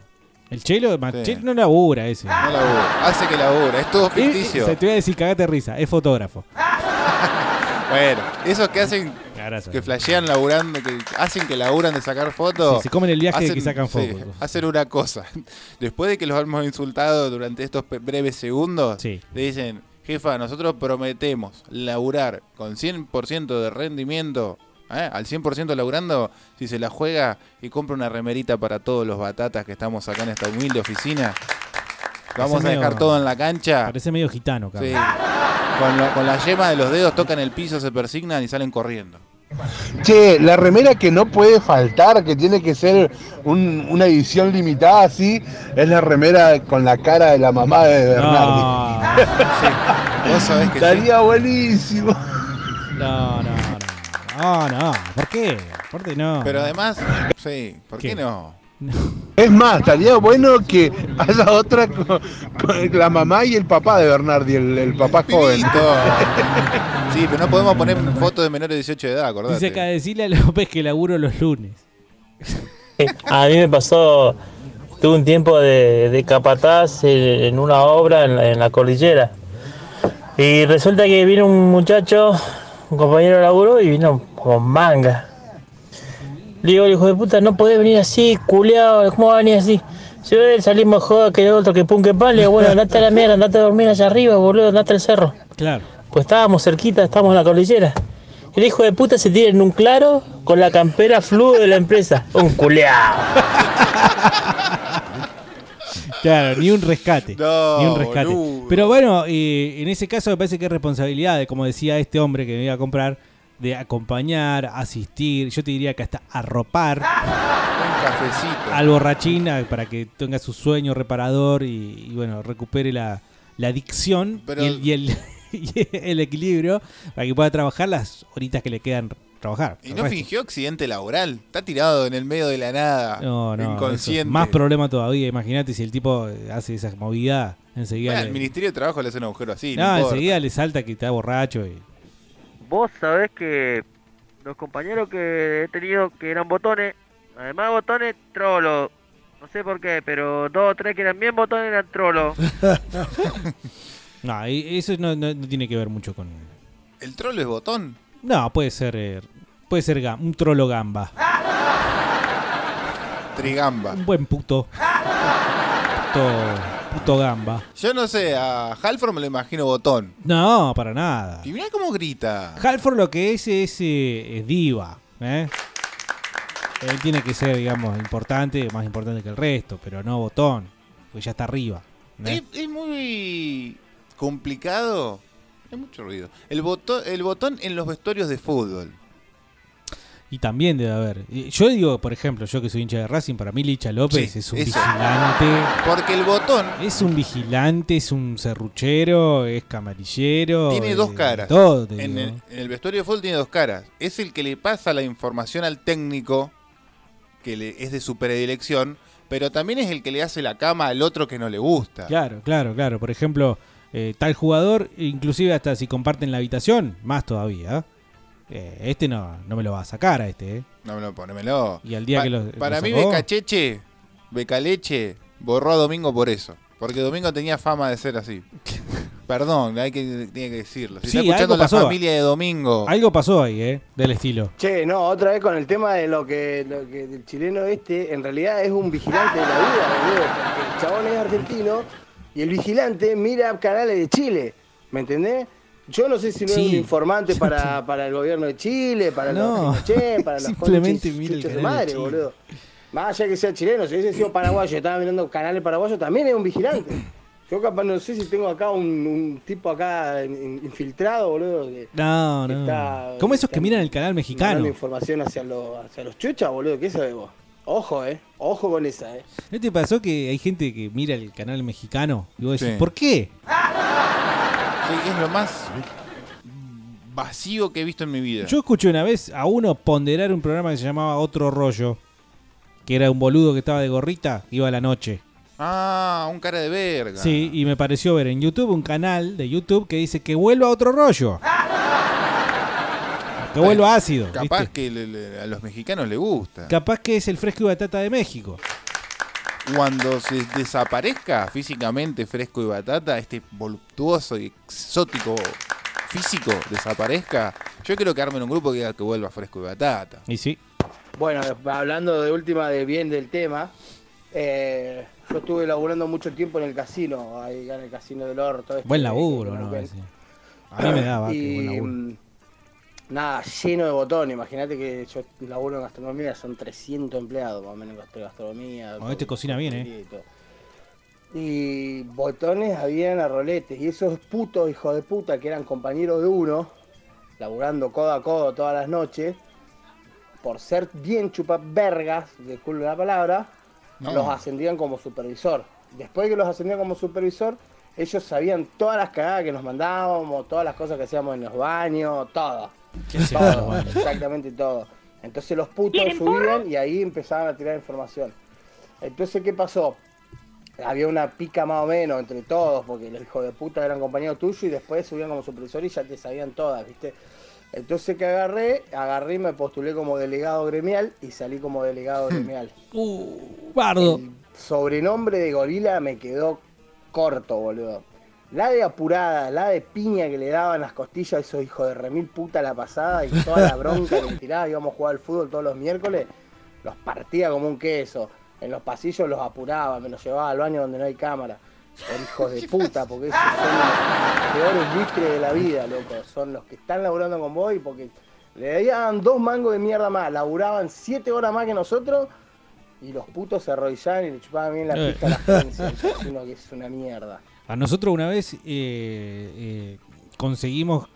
El chelo, ma- Chelo no labura ese.
No labura. Hace que labura. Es todo
Y- y
ficticio.
se te iba a decir, cagate de risa, es fotógrafo.
Bueno, esos que hacen. Que flashean laburando, que hacen que laburan de sacar fotos.
Sí, se comen el viaje de que sacan
sí,
fotos.
hacen una cosa. [LAUGHS] Después de que los hemos insultado durante estos pe- breves segundos, le dicen, jefa, nosotros prometemos laburar con 100% de rendimiento, ¿eh? al 100% laburando, si se la juega y compra una remerita para todos los batatas que estamos acá en esta humilde oficina. Vamos
Parece
a dejar
medio-
todo en la cancha.
Parece medio gitano,
ah. Sí.
cabrón.
Con, lo- con la yema de los dedos tocan el piso, se persignan y salen corriendo.
Che, la remera que no puede faltar, que tiene que ser un- una edición limitada así, es la remera con la cara de la mamá de Bernardi.
Vos sabés que
Estaría buenísimo.
No, no, no. No, no. ¿Por qué? Aparte no.
Pero además, sí, ¿por qué, no?
Es más, estaría bueno que haya otra con, con la mamá y el papá de Bernardi, el, el papá joven.
Sí, pero no podemos poner fotos de menores de 18 de edad, acordate.
Dice acá, decirle a López que laburo los lunes.
A mí me pasó, tuve un tiempo de, de capataz eh, en una obra en la, en la cordillera. Y resulta que vino un muchacho, un compañero de laburo, y vino con manga. Le digo, hijo de puta, no podés venir así, culeado, ¿cómo va a venir así? Si ves, salimos joda que otro que pun que pan, le digo, bueno, andate a la mierda, andate a dormir allá arriba, boludo, andate al cerro.
Claro.
Pues estábamos cerquita, estábamos en la cordillera. El hijo de puta se tira en un claro con la campera flu de la
[LAUGHS]
empresa. Un culeado.
Claro, ni un rescate.
[LAUGHS] No,
ni un rescate.
boludo.
Pero bueno, eh, en ese caso me parece que es responsabilidad, de, como decía este hombre que me iba a comprar, de acompañar, asistir, yo te diría que hasta arropar
Un cafecito.
al borrachín a- para que tenga su sueño reparador y, y, bueno, recupere la, la adicción
Pero-
y, el, y el- [LAUGHS] y el equilibrio para que pueda trabajar las horitas que le quedan trabajar.
Y
el
no
resto.
fingió accidente laboral. Está tirado en el medio de la nada.
No, no, eso es
inconsciente.
Más problema todavía, imagínate si el tipo eh, hace esa movida, enseguida
Bueno,
le-
al Ministerio de Trabajo le hace un agujero así.
no,
No, importa.
enseguida le salta que está borracho. Y...
Vos sabés que los compañeros que he tenido que eran botones, además botones, trolos, No sé por qué, pero dos o tres que eran bien botones eran trolos.
No, y eso no, no- no tiene que ver mucho con.
¿El trolo es botón?
No, puede ser. eh, Puede ser gam- un trolo gamba.
Trigamba.
Un buen puto. Puto, puto gamba.
Yo no sé, a Halford me lo imagino botón.
No, para nada.
Y mirá cómo grita.
Halford lo que es es, eh, es diva. ¿eh? Él tiene que ser, digamos, importante, más importante que el resto, pero no botón, porque ya está arriba. ¿eh?
Es, es muy complicado. Hay mucho ruido. El botón, el botón en los vestuarios de fútbol.
Y también debe haber. y Yo digo, por ejemplo, yo que soy hincha de Racing, para mí Licha López
Sí,
es un
eso.
vigilante.
Porque el botón
Es un vigilante, es un serruchero, es camarillero.
tiene
es
dos caras.
todo, te
en,
digo.
el, en el vestuario de fútbol tiene dos caras. Es el que le pasa la información al técnico, que le- es de su predilección, pero también es el que le hace la cama al otro que no le gusta.
Claro, claro, claro. Por ejemplo, eh, tal jugador, inclusive hasta si comparten la habitación, más todavía. Eh, este no, no me lo va a sacar a este. eh.
No, no, ponémelo.
Y al día
Pa-
que lo-
Para
lo
mí,
sacó-
Becacheche, Becaleche, borró a Domingo por eso. Porque Domingo tenía fama de ser
[LAUGHS]
así. Perdón, hay que, tiene que decirlo. Si
Sí,
está escuchando
algo
la
pasó.
familia de Domingo.
Algo pasó ahí, ¿eh? Del estilo.
Che, Eh, no, otra vez con el tema de lo que, lo que el chileno este en realidad es un vigilante de la vida, boludo, porque el chabón es argentino y el vigilante mira canales de Chile, ¿me entendés? Yo no sé si no es
Sí.
un informante para, para el gobierno de Chile, para
[LAUGHS] No.
los che, para los
Simplemente
conchis,
mira el
chuchos
canal
de
de
madre,
Chile.
boludo. Más allá que sea chileno, si hubiese sido paraguayo, estaba mirando canales paraguayos, también es un vigilante. Yo capaz no sé si tengo acá un, un tipo acá in- in- infiltrado, boludo, que-
No, no.
Está-
¿Cómo esos que miran el canal
Mandando
mexicano?
información hacia, lo- hacia los chuchas, boludo. ¿Qué sabés vos? Ojo, eh. Ojo con esa, eh.
¿No te pasó que hay gente que mira el canal mexicano? Y vos decís,
Sí.
¿por qué?
Sí, es lo más vacío que he visto en mi vida.
Yo escuché una vez a uno ponderar un programa que se llamaba Otro Rollo, que era un boludo que estaba de gorrita, iba a la noche.
Ah, un cara de verga.
Sí, y me pareció ver en YouTube un canal de YouTube que dice que vuelva otro rollo. Que vuelva ácido.
Capaz
¿viste?
que le- le- a los mexicanos le gusta.
Capaz que es el fresco y batata de México.
Cuando se desaparezca físicamente Fresco y Batata, este voluptuoso y exótico físico desaparezca, yo quiero quedarme en un grupo que diga que vuelva Fresco y Batata.
Y sí.
Bueno, hablando de última, de bien del tema, eh, yo estuve laburando mucho tiempo en el casino, ahí en el casino del orto. este,
Buen
que-
laburo, ¿no?
que-
Ese. A mí me daba que buen
Y,
laburo.
mm, Nada, lleno de botones. Imagínate que yo laburo en gastronomía, son 300 empleados más o menos en gastronomía.
Ah, este cocina bien,
y todo. Y botones habían a roletes. Y esos putos hijos de puta que eran compañeros de uno, laburando codo a codo todas las noches, por ser bien chupavergas, del culo de la palabra,
No.
los ascendían como supervisor. Después que los ascendían como supervisor, ellos sabían todas las cagadas que nos mandábamos, todas las cosas que hacíamos en los baños, todo.
hacían en los
Todo,
baños?
exactamente todo. Entonces los putos subían y ahí empezaban a tirar información. Entonces, ¿qué pasó? Había una pica más o menos entre todos, porque los hijos de puta eran compañeros tuyos y después subían como supervisor y ya te sabían todas, ¿viste? Entonces que agarré, agarré y me postulé como delegado gremial y salí como delegado gremial.
Bardo.
Sobrenombre de gorila me quedó corto, boludo. La de apurada, la de piña que le daban las costillas a esos hijos de remil puta la pasada y toda la bronca que me tiraba, íbamos a jugar al fútbol todos los miércoles, los partía como un queso. En los pasillos los apuraba, me los llevaba al baño donde no hay cámara. Por hijos de puta, porque esos son los peores buitres de la vida, loco. Son los que están laburando con vos y porque le daban dos mangos de mierda más, laburaban siete horas más que nosotros y los putos se arrodillaban y le chupaban bien la
Eh.
pija a la gente. Es uno que es una mierda.
A nosotros una vez eh, eh, conseguimos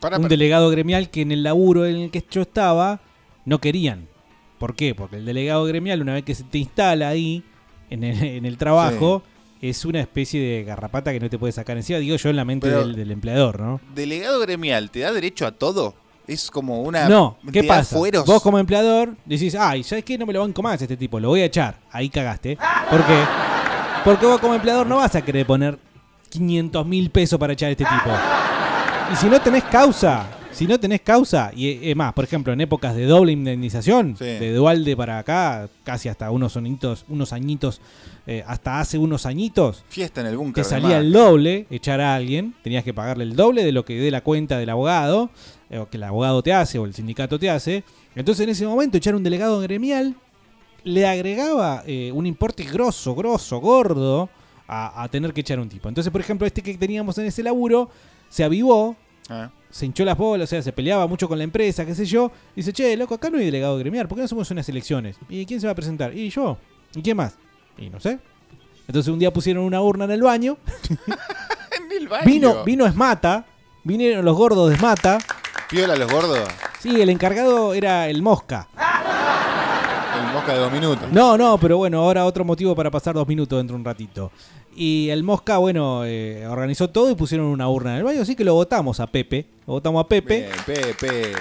Pará,
un
pará.
delegado gremial que en el laburo en el que yo estaba no querían. ¿Por qué? Porque el delegado gremial, una vez que se te instala ahí en el, en el trabajo, es una especie de garrapata que no te puede sacar encima. Digo yo en la mente
Pero-
del, del empleador, ¿no?
Delegado gremial, ¿te da derecho a todo? Es como una.
No, ¿qué
te da
pasa?
fueros.
Vos como empleador decís, ay, ¿sabes qué? No me lo banco más a este tipo, lo voy a echar. Ahí cagaste. ¿Por qué? Porque vos como empleador no vas a querer poner 500 mil pesos para echar a este tipo. Y si no tenés causa, Si no tenés causa, y es más, por ejemplo, en épocas de doble indemnización, de Dualde para acá, casi hasta unos sonitos, unos añitos, eh, hasta hace unos añitos,
Fiesta en el búnker.
te salía
hermano.
el doble echar a alguien, tenías que pagarle el doble de lo que dé la cuenta del abogado, eh, o que el abogado te hace o el sindicato te hace. Entonces en ese momento echar un delegado gremial le agregaba eh, un importe grosso, grosso, gordo a, a tener que echar un tipo. Entonces, por ejemplo, este que teníamos en ese laburo se avivó,
Ah.
se hinchó las bolas, o sea, se peleaba mucho con la empresa, qué sé yo. y Dice, che, loco, acá no hay delegado gremial, ¿por qué no hacemos unas elecciones? ¿Y quién se va a presentar? ¿Y yo? ¿Y quién más? Y no sé. Entonces un día pusieron una urna en el baño. Vino, vino Esmata, vinieron los gordos de Esmata.
Piola los gordos.
Sí, el encargado era el Mosca.
El mosca de dos minutos.
No, no, pero bueno, ahora otro motivo para pasar dos minutos dentro de un ratito. Y el Mosca, bueno, eh, organizó todo y pusieron una urna en el baño, así que lo votamos a Pepe. Lo votamos a Pepe.
Bien, Pepe.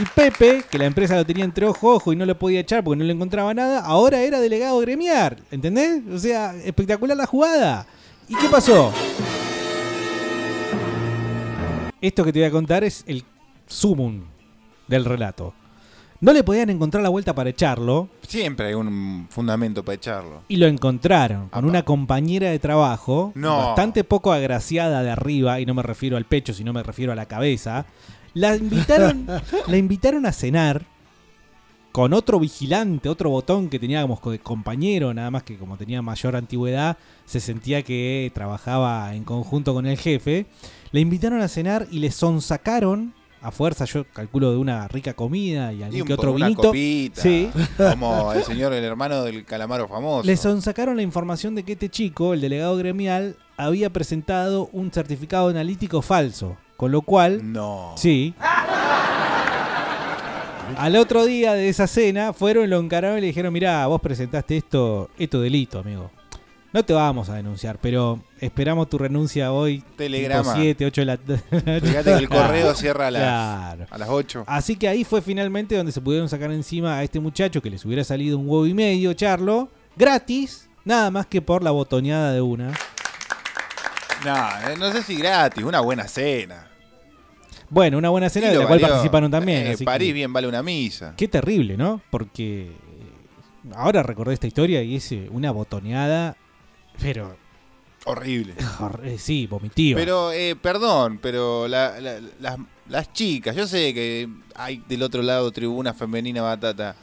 Y Pepe, que la empresa lo tenía entre ojo ojo y no lo podía echar porque no le encontraba nada, ahora era delegado gremiar, ¿entendés? O sea, espectacular la jugada. ¿Y qué pasó? Esto que te voy a contar es el sumum del relato. No le podían encontrar la vuelta para echarlo
Siempre hay un fundamento para echarlo.
y lo encontraron con una compañera de trabajo,
No.
bastante poco agraciada de arriba, y no me refiero al pecho, sino me refiero a la cabeza.
[LAUGHS]
La invitaron, la invitaron a cenar con otro vigilante, otro botón que teníamos de compañero, nada más que como tenía mayor antigüedad, se sentía que trabajaba en conjunto con el jefe. Le invitaron a cenar y le sonsacaron, a fuerza, yo calculo, de una rica comida y algún
Y un-
que otro
una
vinito.
copita.
Sí.
Como el señor, el hermano del calamaro famoso.
Le sonsacaron la información de que este chico, el delegado gremial, había presentado un certificado analítico falso. Con lo cual.
No.
Sí. Al otro día de esa cena, fueron, lo encararon y le dijeron: Mirá, vos presentaste esto, esto delito, amigo. No te vamos a denunciar, pero esperamos tu renuncia hoy. tipo
Telegrama.
7, 8 de la [LAUGHS]
Fíjate que el correo cierra a las,
Claro. Ah.
a las 8.
Así que ahí fue finalmente donde se pudieron sacar encima a este muchacho que les hubiera salido un huevo y medio, Charlo, gratis, nada más que por la botoneada de una.
No, eh, no sé si gratis, una buena cena.
Bueno, una buena cena
Sí,
de
lo
la cual
valió.
participaron también.
Eh,
así que-
París bien vale una misa.
Qué terrible, ¿no? Porque eh, ahora recordé esta historia y es eh, una botoneada, pero
Horrible.
hor- eh, sí, vomitiva.
Pero, eh, perdón, pero la- la- las, las chicas, yo sé que hay del otro lado tribuna femenina batata.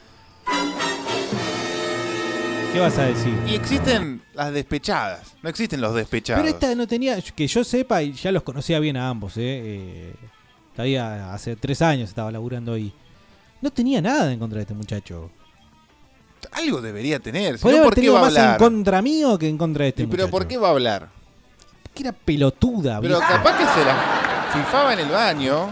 ¿Qué vas a decir?
Y existen las despechadas, no existen los despechados.
Pero esta no tenía, que yo sepa, y ya los conocía bien a ambos, ¿eh? Eh, todavía hace tres años estaba laburando ahí. No tenía nada en contra de este muchacho.
Algo debería tener, si
Podría
no,
haber
¿por qué
tenido
va a
más en
hablar?
contra mío que en contra de este
Pero
muchacho.
¿por qué va a hablar?
Que era pelotuda,
Pero
vieja.
capaz que se la fifaba en el baño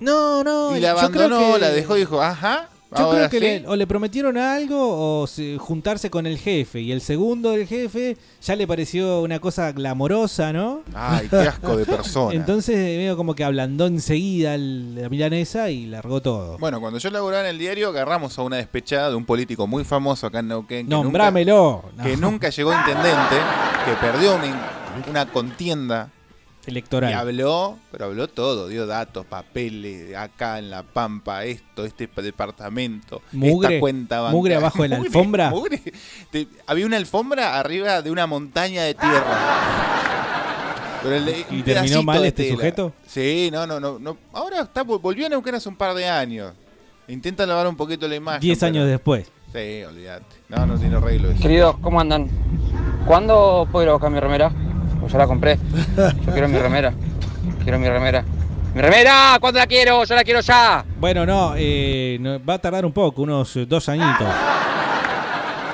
No, no.
y la
yo creo
abandonó,
que-
la dejó y dijo, ajá,
Yo
ahora
creo que
sí.
le- o le prometieron algo o se- juntarse con el jefe. Y el segundo del jefe ya le pareció una cosa glamorosa, ¿no?
Ay, qué
[LAUGHS]
asco de persona.
Entonces veo como que ablandó enseguida el- la milanesa y largó todo.
Bueno, cuando yo laburaba en el diario, agarramos a una despechada de un político muy famoso acá en Neuquén. que
Nombrámelo.
nunca- Que nunca llegó a intendente, que perdió una, in- una contienda.
[LAUGHS] Electoral.
Y habló, pero habló todo, dio datos, papeles, acá en La Pampa, esto, este pa- departamento,
Mugre,
esta cuenta bancaria.
mugre abajo de la
[LAUGHS] Mugre,
alfombra.
mugre. Te- había una alfombra arriba de una montaña de tierra. Pero el de- un
¿Y terminó
pedacito
mal
de
este
tela.
sujeto?
Sí, no, no, no. no. Ahora está, vol- volvió a Neuquén hace un par de años. Intenta lavar un poquito la imagen.
Diez años después.
Sí, olvídate. No, no tiene arreglo eso.
Queridos, ¿cómo andan? ¿Cuándo puedo ir a buscar mi remera? Pues ya la compré. Yo quiero mi remera. Quiero mi remera. ¡Mi remera! ¿Cuándo la quiero? Yo la quiero ya.
Bueno, no, eh, no- va a tardar un poco, unos eh, dos añitos.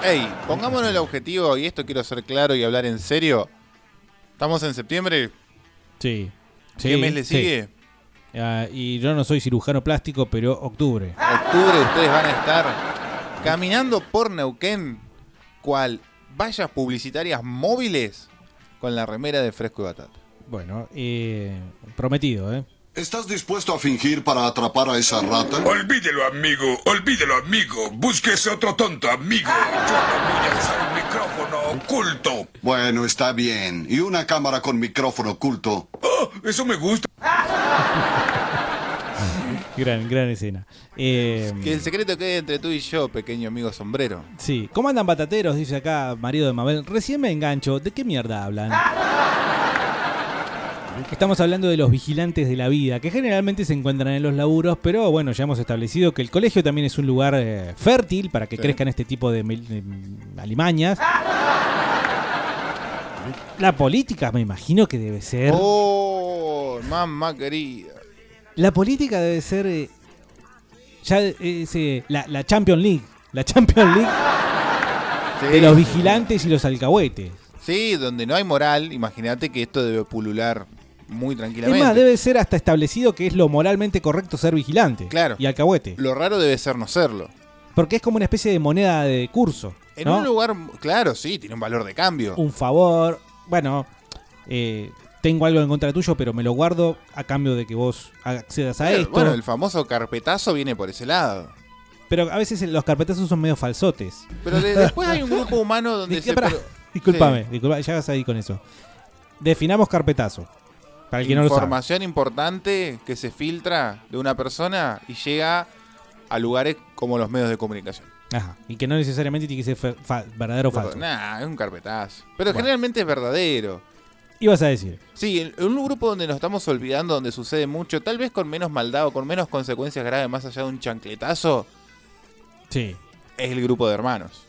Ey, pongámonos el objetivo, y esto quiero ser claro y hablar en serio. ¿Estamos en septiembre?
Sí.
¿Qué
Sí,
mes le
sí.
sigue?
Ah, y yo no soy cirujano plástico, pero octubre.
Octubre ustedes van a estar caminando por Neuquén, cual vallas publicitarias móviles con la remera de fresco y batata.
Bueno, eh, prometido, ¿eh?
¿Estás dispuesto a fingir para atrapar a esa rata?
Olvídelo, amigo, olvídelo, amigo. Búsquese otro tonto, amigo. Yo no voy a usar un micrófono oculto.
Bueno, está
Oh,
bien. Y una cámara con micrófono oculto.
Eso me gusta.
[LAUGHS] Gran, gran escena. Eh,
Que el secreto quede entre tú y yo, pequeño amigo sombrero.
sí. ¿Cómo andan batateros? Dice acá marido de Mabel. Recién me engancho. ¿De qué mierda hablan? Estamos hablando de los vigilantes de la vida, que generalmente se encuentran en los laburos, pero bueno, ya hemos establecido que el colegio también es un lugar eh, fértil para que
Sí.
crezcan este tipo de, mil- de mm, alimañas. La política, me imagino que debe ser.
Oh, mamá querida.
La política debe ser. eh, ya eh, ese- la, la Champions League. La Champions League de los vigilantes y los alcahuetes.
Sí, donde no hay moral, imagínate que esto debe pulular muy
Es
tranquilamente.
más, debe ser hasta establecido que es lo moralmente correcto ser vigilante.
Claro.
Y alcahuete.
Lo raro debe ser no serlo.
Porque es como una especie de moneda de curso.
En
¿no?
un lugar, claro, sí, tiene un valor de cambio.
un favor. Bueno, eh, tengo algo en contra tuyo, pero me lo guardo a cambio de que vos accedas a
Claro,
esto.
Bueno, el famoso carpetazo viene por ese lado.
Pero a veces los carpetazos son medio falsotes.
Pero de- después hay un grupo humano
[LAUGHS]
donde se...
pará.
pro-
Disculpame, disculpa, ya vas ahí con eso. Definamos carpetazo. Para el que no lo sabe.
información importante que se filtra de una persona y llega a lugares como los medios de comunicación.
Ajá. Y que no necesariamente tiene que ser fa- fa- verdadero o falso.
Nah, es un carpetazo. Pero
Bueno.
generalmente es verdadero.
Ibas a decir.
Sí, en- en un grupo donde nos estamos olvidando, donde sucede mucho, tal vez con menos maldad o con menos consecuencias graves, más allá de un chancletazo,
Sí.
es el grupo de hermanos.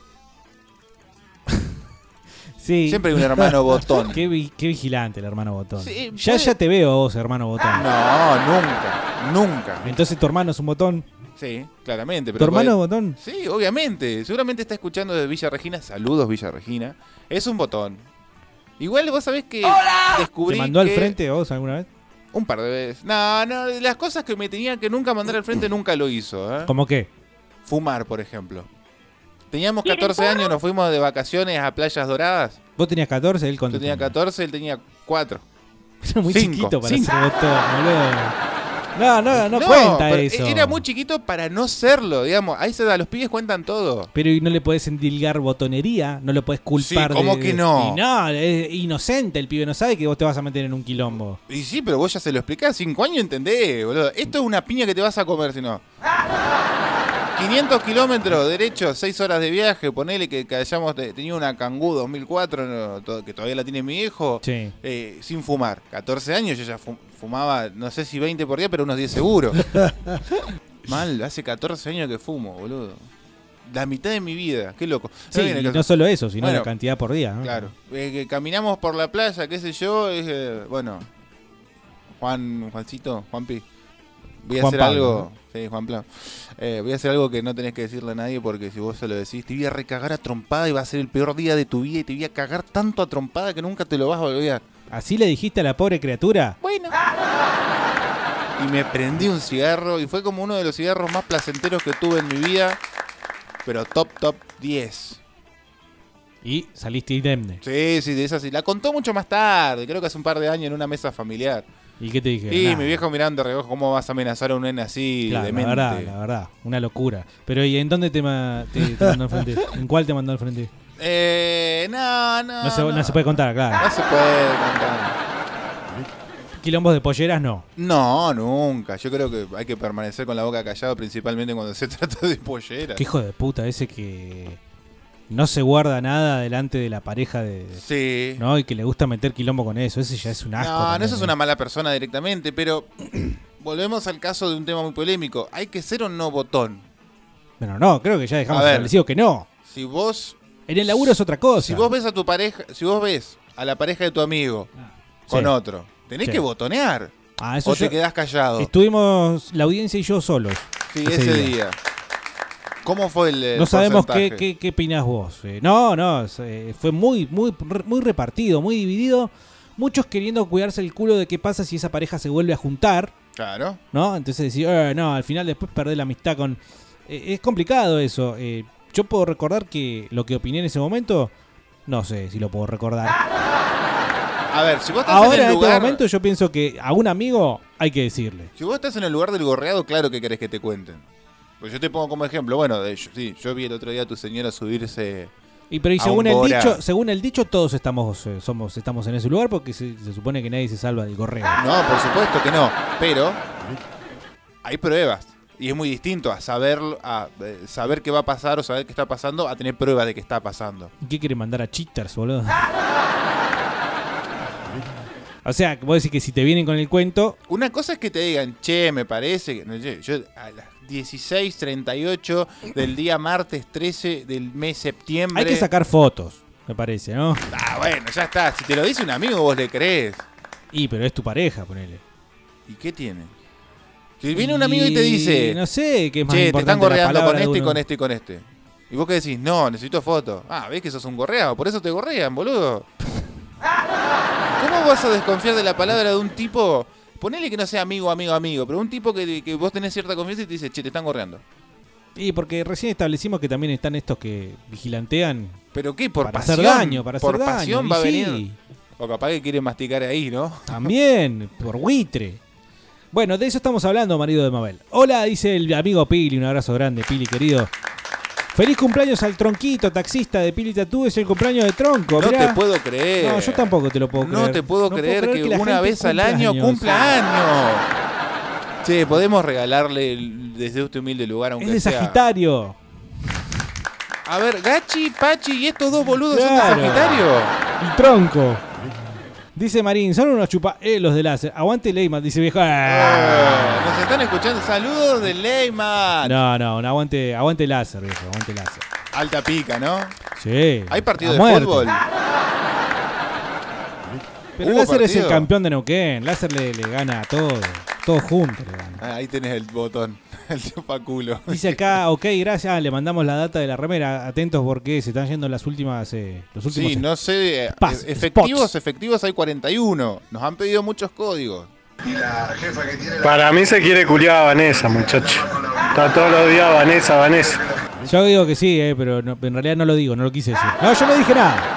Sí.
Siempre hay un
[LAUGHS]
hermano botón.
qué, vi- qué vigilante el hermano botón.
Sí,
ya,
puede- Ah,
ya te veo vos, hermano botón.
No, nunca, nunca.
Entonces tu hermano es un botón.
Sí, claramente.
¿Tu
Pero
hermano es botón?
Sí, obviamente. Seguramente está escuchando de Villa Regina. Saludos, Villa Regina. Es un botón. Igual vos sabés que descubrí.
¿Te mandó al
que-
frente vos alguna vez?
Un par de veces. No, no, de las cosas que me tenía que nunca mandar al frente nunca lo hizo. ¿eh?
¿Cómo qué?
Fumar, por ejemplo. Teníamos 14 años, nos fuimos de vacaciones a Playas Doradas.
Vos tenías 14, él con
Yo tenía 14, él tenía 4.
Era [LAUGHS] muy
Cinco,
chiquito para
cinco.
ser botón, boludo. No, no, no, cuenta
pero
eso.
Era muy chiquito para no serlo, digamos. Ahí se da, los pibes cuentan todo.
Pero ¿y no le podés endilgar botonería, no lo podés culpar.
Sí, ¿cómo
de-
que no?
Y no, es inocente el pibe, no sabe que vos te vas a meter en un quilombo.
Y sí, pero vos ya se lo explicás, cinco años entendés, boludo. Esto es una piña que te vas a comer, si no. 500 kilómetros, derecho, 6 horas de viaje, ponele que, que hayamos te- tenido una Kangoo 2004, no, to- que todavía la tiene mi hijo,
Sí.
eh, sin fumar. 14 años, yo ya fu- fumaba, no sé si 20 por día, pero unos 10
[LAUGHS]
seguro. Mal, hace 14 años que fumo, boludo. La mitad de mi vida, qué loco. No
Sí,
viene
y
el
no
caso.
solo eso, sino
Bueno,
la cantidad por día. ¿no?
Claro. Eh, que caminamos por la playa, qué sé yo, es, eh, bueno, Juan, Juancito, Juanpi, voy a
Juan
hacer
Pablo,
algo, sí, Juan Pla. Eh, voy a hacer algo que no tenés que decirle a nadie porque si vos se lo decís, te voy a recagar a trompada y va a ser el peor día de tu vida y te voy a cagar tanto a trompada que nunca te lo vas a olvidar.
¿Así le dijiste a la pobre criatura?
Bueno. Y me prendí un cigarro y fue como uno de los cigarros más placenteros que tuve en mi vida, pero top, top 10.
Y saliste indemne.
Sí, sí, de esas sí. La contó mucho más tarde, creo que hace un par de años en una mesa familiar.
¿Y qué te dije?
Y
Nada.
mi viejo mirando de reojo, ¿cómo vas a amenazar a un nene así
Claro, la
demente?
verdad, la verdad, una locura. Pero ¿y en dónde te, ma- te- te mandó al frente?
[LAUGHS]
¿En cuál te mandó al frente?
Eh, no, no.
No se, no se puede contar, claro.
No se puede contar.
Quilombos de polleras no.
No, nunca. Yo creo que hay que permanecer con la boca callada, principalmente cuando se [LAUGHS] trata de pollera.
Qué hijo de puta ese que no se guarda nada delante de la pareja de
Sí.
¿no? y que le gusta meter quilombo con eso, ese ya es un asco.
No, no,
también,
eso es
¿eh?
una mala persona directamente, pero [CLEARS THROAT] volvemos al caso de un tema muy polémico. ¿Hay que ser o no botón?
Bueno, no, creo que ya dejamos
A ver.
establecido que no.
Si vos
En el laburo es otra cosa.
Si vos ves a tu pareja, si vos ves a la pareja de tu amigo con
Ah, Sí.
otro, tenés
Sí.
que botonear.
Ah, eso
o
yo-
te quedás callado.
Estuvimos la audiencia y yo solos.
Sí, ese día. ¿Cómo fue el, el
No sabemos qué,
porcentaje?
qué, qué opinás vos. Eh, no, no, es, eh, fue muy, muy, muy repartido, muy dividido. Muchos queriendo cuidarse el culo de qué pasa si esa pareja se vuelve a juntar,
Claro.
¿no? Entonces decir, "Eh, no, al final después perder la amistad con... Eh, es complicado eso. Eh, yo puedo recordar que lo que opiné en ese momento, no sé si lo puedo recordar.
A ver, si vos estás Ah,
Ahora en,
en el
este
lugar,
momento yo pienso que a un amigo hay que decirle.
si vos estás en el lugar del gorreado, claro que querés que te cuenten. Pues yo te pongo como ejemplo, bueno, de- yo- sí, yo vi el otro día a tu señora subirse
Y pero y
a
según
un
el
Bora.
dicho, según el dicho todos estamos eh, somos estamos en ese lugar porque se, se supone que nadie se salva del correo.
No, por supuesto que no, pero hay pruebas. Y es muy distinto a saber, a eh, saber qué va a pasar o saber qué está pasando a tener pruebas de que está pasando.
¿Qué quiere mandar a cheaters, boludo? O sea, vos decís que si te vienen con el cuento,
Una cosa es que te digan, che, me parece que. no sé, Yo a las 16.38 del día martes 13 del mes septiembre.
hay que sacar fotos, me parece, ¿no?
Ah, bueno, ya está. Si te lo dice un amigo, vos le crees.
Y, pero es tu pareja, ponele.
¿Y qué tiene? Si viene un amigo y te dice.
No sé qué es más
Che, te
importante
están
la
gorreando con
palabra de
este y
uno.
con este y con este. Y vos que decís, no, necesito foto. Ah, ves que sos un gorreado, por eso te gorrean, boludo. ¿Cómo vas a desconfiar de la palabra de un tipo? Ponele que no sea amigo, amigo, amigo, pero un tipo que, que vos tenés cierta confianza y te dice, che, te están gorreando.
Y porque recién establecimos que también están estos que vigilantean.
¿Pero qué? Por
Para hacer
pasión.
daño, para hacer
Por
daño,
pasión
y
va a
sí.
venir. O capaz que quiere masticar ahí, ¿no?
También, por buitre. Bueno, de eso estamos hablando, marido de Mabel. Hola, dice el amigo Pili. Un abrazo grande, Pili, querido. Feliz cumpleaños al tronquito taxista de Pili Tatú. Es el cumpleaños de Tronco.
No
mirá.
te puedo creer.
No, yo tampoco te lo puedo creer.
No te puedo creer
creer
que,
que la
una
gente
vez al
cumpla
año
años.
cumpla años. Che, podemos regalarle el- desde este humilde lugar aunque
Es de
sea.
Sagitario.
A ver, Gachi, Pachi y estos dos boludos
Claro.
son de Sagitario.
Y tronco. Dice Marín, son unos chupaelos de láser. Aguante Leyman, dice viejo. Ah,
Eh, Nos están escuchando. Saludos de Leyman.
No, no, no, aguante, aguante láser, viejo, aguante láser.
Alta pica, ¿no?
Sí.
Hay partido
a
de
muerte.
fútbol. Ah,
Pero
¿Hubo
Láser es el
partido?
campeón de Neuquén. Láser le, le gana a todo. Todo junto. le gana.
Ah, Ahí tenés el botón. [LAUGHS] El chupaculo.
Dice acá, ok, gracias. Ah, le mandamos la data de la remera. Atentos porque se están yendo las últimas. eh, los últimos.
Sí, no sé. eh,
Pas-
efectivos,
spots.
efectivos hay 41. Nos han pedido muchos códigos.
Para mí se quiere culiar a Vanessa, muchacho. Está todos los días Vanessa, Vanessa.
Yo digo que sí, eh, pero no- en realidad no lo digo, no lo quise
Ah.
decir. No, yo no dije nada.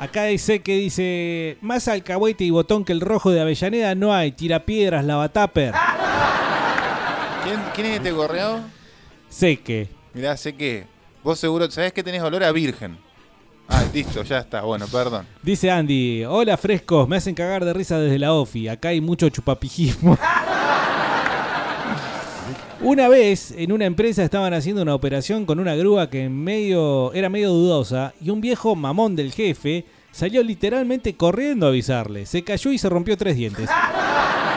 Acá dice que dice más alcahuete y botón que el rojo de Avellaneda no hay. Tirapiedras, lavatáper.
¿Quién, quién es este gorreado?
Sé que.
Mirá, sé que. Vos seguro, sabés que tenés olor a virgen. Ah, listo, ya está. Bueno, perdón.
Dice Andy, hola frescos, me hacen cagar de risa desde la OFI. Acá hay mucho chupapijismo. [LAUGHS] Una vez en una empresa estaban haciendo una operación con una grúa que en medio era medio dudosa y un viejo mamón del jefe salió literalmente corriendo a avisarle. Se cayó y se rompió tres dientes.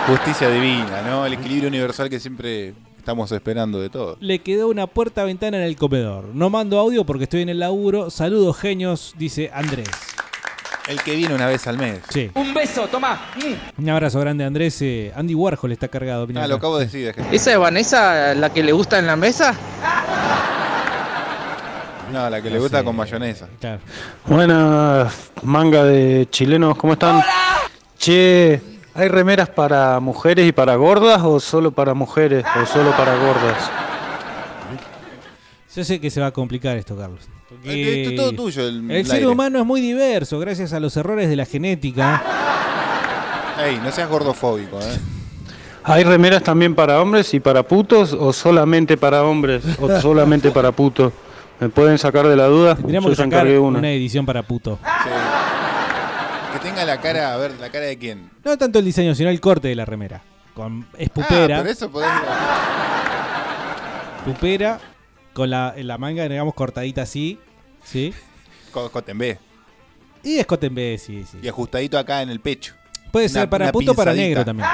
Justicia divina, ¿no? El equilibrio universal que siempre estamos esperando de todo.
Le quedó una puerta ventana en el comedor. No mando audio porque estoy en el laburo. Saludos genios, dice Andrés.
El que viene una vez al mes.
Sí.
Un beso, toma.
Un abrazo grande Andrés. Eh, Andy Warhol está cargado. mirá
Ah, lo
acá.
acabo de decir. dejé.
¿Esa es Vanessa la que le gusta en la mesa?
No, la que le gusta con mayonesa.
Buenas, manga de chilenos, ¿cómo están? Che, ¿hay remeras para mujeres y para gordas o solo para mujeres o solo para gordas?
Yo sé que se va a complicar esto, Carlos.
Eh, esto es todo tuyo, el- el
ser
aire.
humano es muy diverso gracias a los errores de la
Ah,
genética.
Ey, no seas gordofóbico, ¿eh?
[LAUGHS] ¿Hay remeras también para hombres y para putos o solamente para hombres o solamente para putos? ¿Me pueden sacar de la duda?
Tendríamos
Yo
que
ya
sacar
encargué
una.
una.
edición para puto.
Que tenga la cara, a ver, la cara de quién. Ah,
No tanto el diseño, sino el corte de la remera. Con espupera,
Ah, por eso podés.
pupera, con la, en la manga, digamos, cortadita así. ¿Sí?
Co- Cotembe.
Y escote en vez, sí, sí.
Y ajustadito acá en el pecho.
Puede
Una-
ser para
una
puto o para
pinzadita.
negro también.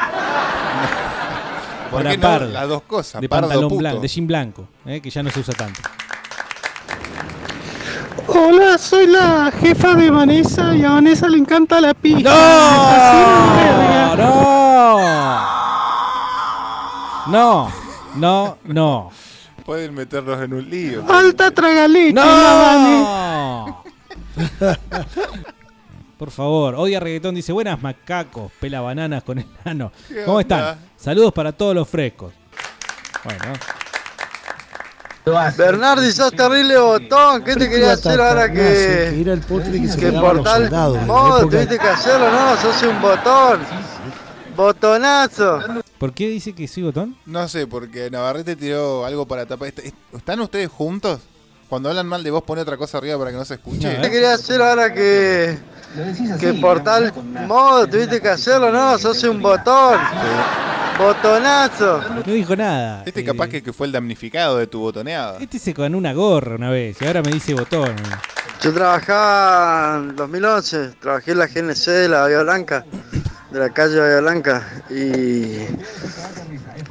¿Por
para
qué no?
pardo.
Las dos cosas.
De
pardo
pantalón
puto.
blanco, de jean blanco, eh, que ya no se usa tanto.
Hola, soy la jefa de Vanessa y a Vanessa le encanta la pija.
¡No! ¡No! No, no, no.
Pueden meternos en un lío.
Ah,
¡Alta tragalita!
¡No! [LAUGHS] Por favor, odia reggaetón, dice buenas macacos, pela bananas con enano.
¿Qué
¿Cómo
onda?
están? Saludos para todos los frescos. Bueno,
Bernardi, sos terrible botón. ¿Qué te quería hacer ahora que,
ir al putre que se
que
quedaban los
portal?
soldados, en la
Vos
época-
tuviste que hacerlo, no, sos un botón. Botonazo.
¿por qué dice que soy botón?
No sé, porque Navarrete tiró algo para tapar. Este, Est- est- ¿Están ustedes juntos? Cuando hablan mal de vos, pone otra cosa arriba para que no se escuche. ¿Eh?
¿Qué te
eh,
quería hacer ahora que, que portal? Vos tuviste que hacerlo, no, sos un botón. Botonazo.
No dijo nada. Eh,
Este capaz que, que fue el damnificado de tu botoneada.
Este se ganó una gorra una vez y ahora me dice botón.
Yo trabajaba en 2011, trabajé en la GNC de la Bahía Blanca, de la calle Bahía Blanca, y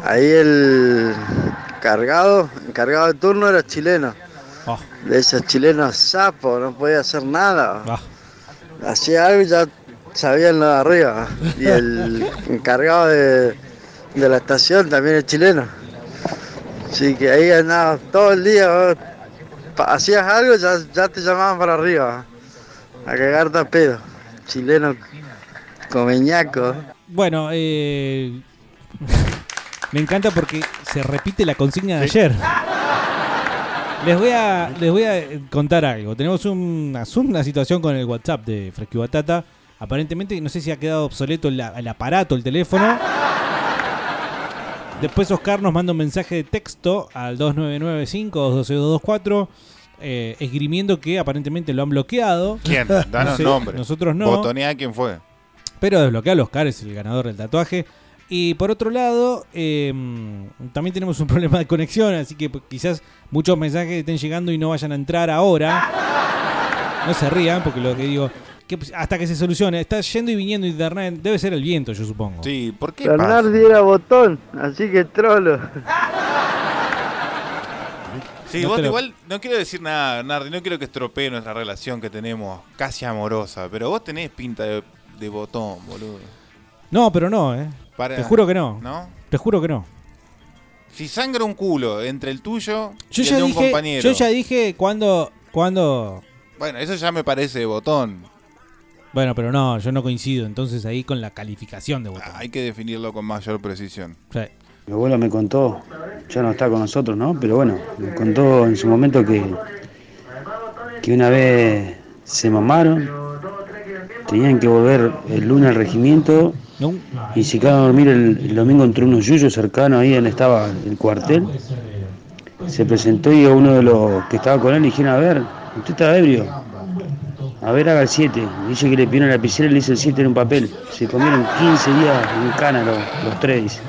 ahí el cargado, encargado de turno era chileno.
Oh.
De esos chilenos sapo, no podía hacer nada.
Ah.
Hacía algo y ya sabían lo de arriba. Y el encargado de, de la estación también es chileno. Así que ahí andaba todo el día. vos, pa- Hacías algo y ya, ya te llamaban para arriba. A cagarte a pedo. Chileno comeñaco.
Bueno, eh, [LAUGHS] me encanta porque se repite la consigna de ayer. Les voy, a, les voy a eh, contar algo. Tenemos una, una situación con el WhatsApp de Fresco y Batata. Aparentemente, no sé si ha quedado obsoleto el, el aparato, el teléfono. Después Oscar nos manda un mensaje de texto al 2995-212-224 eh, esgrimiendo que aparentemente lo han bloqueado. [LAUGHS]
¿Quién? Danos
No sé,
nombre.
Nosotros no.
Botonea quién fue.
Pero desbloquealo, Oscar es el ganador del tatuaje. Y por otro lado, eh, también tenemos un [LAUGHS] problema de conexión, así que pues, quizás muchos mensajes estén llegando y no vayan a entrar ahora. No se rían, porque lo que digo, que pues, hasta que se solucione, está yendo y viniendo internet, debe ser el viento, yo supongo.
Sí, ¿por qué?
Bernardi era botón, así que trolo.
Sí,
No
vos
te lo-
igual no quiero decir nada, Nardi, no quiero que estropee nuestra relación que tenemos casi amorosa, pero vos tenés pinta de, de botón, boludo.
No, pero no, ¿eh?
Para-
Te juro que no.
¿No?
Te juro que no.
Si sangra un culo entre el tuyo
Yo,
y el
ya
de un
dije,
compañero.
yo ya dije cuando, cuando...
Bueno, eso ya me parece de botón.
Bueno, pero no, yo no coincido entonces ahí con la calificación de botón.
Hay que definirlo con mayor precisión.
Mi abuela me contó, ya no está con nosotros, ¿no? Pero bueno, me contó en su momento que, que una vez se mamaron, tenían que volver el lunes al regimiento
No.
y se quedaron a dormir el, el domingo entre unos yuyos cercanos ahí donde estaba el cuartel. Se presentó y a uno de los que estaba con él le dijeron, a ver, usted está ebrio. A ver, haga el 7. Dice que le pidieron la lapicera y le hizo el 7 en un papel. Se comieron 15 días en cana los, los tres. dice.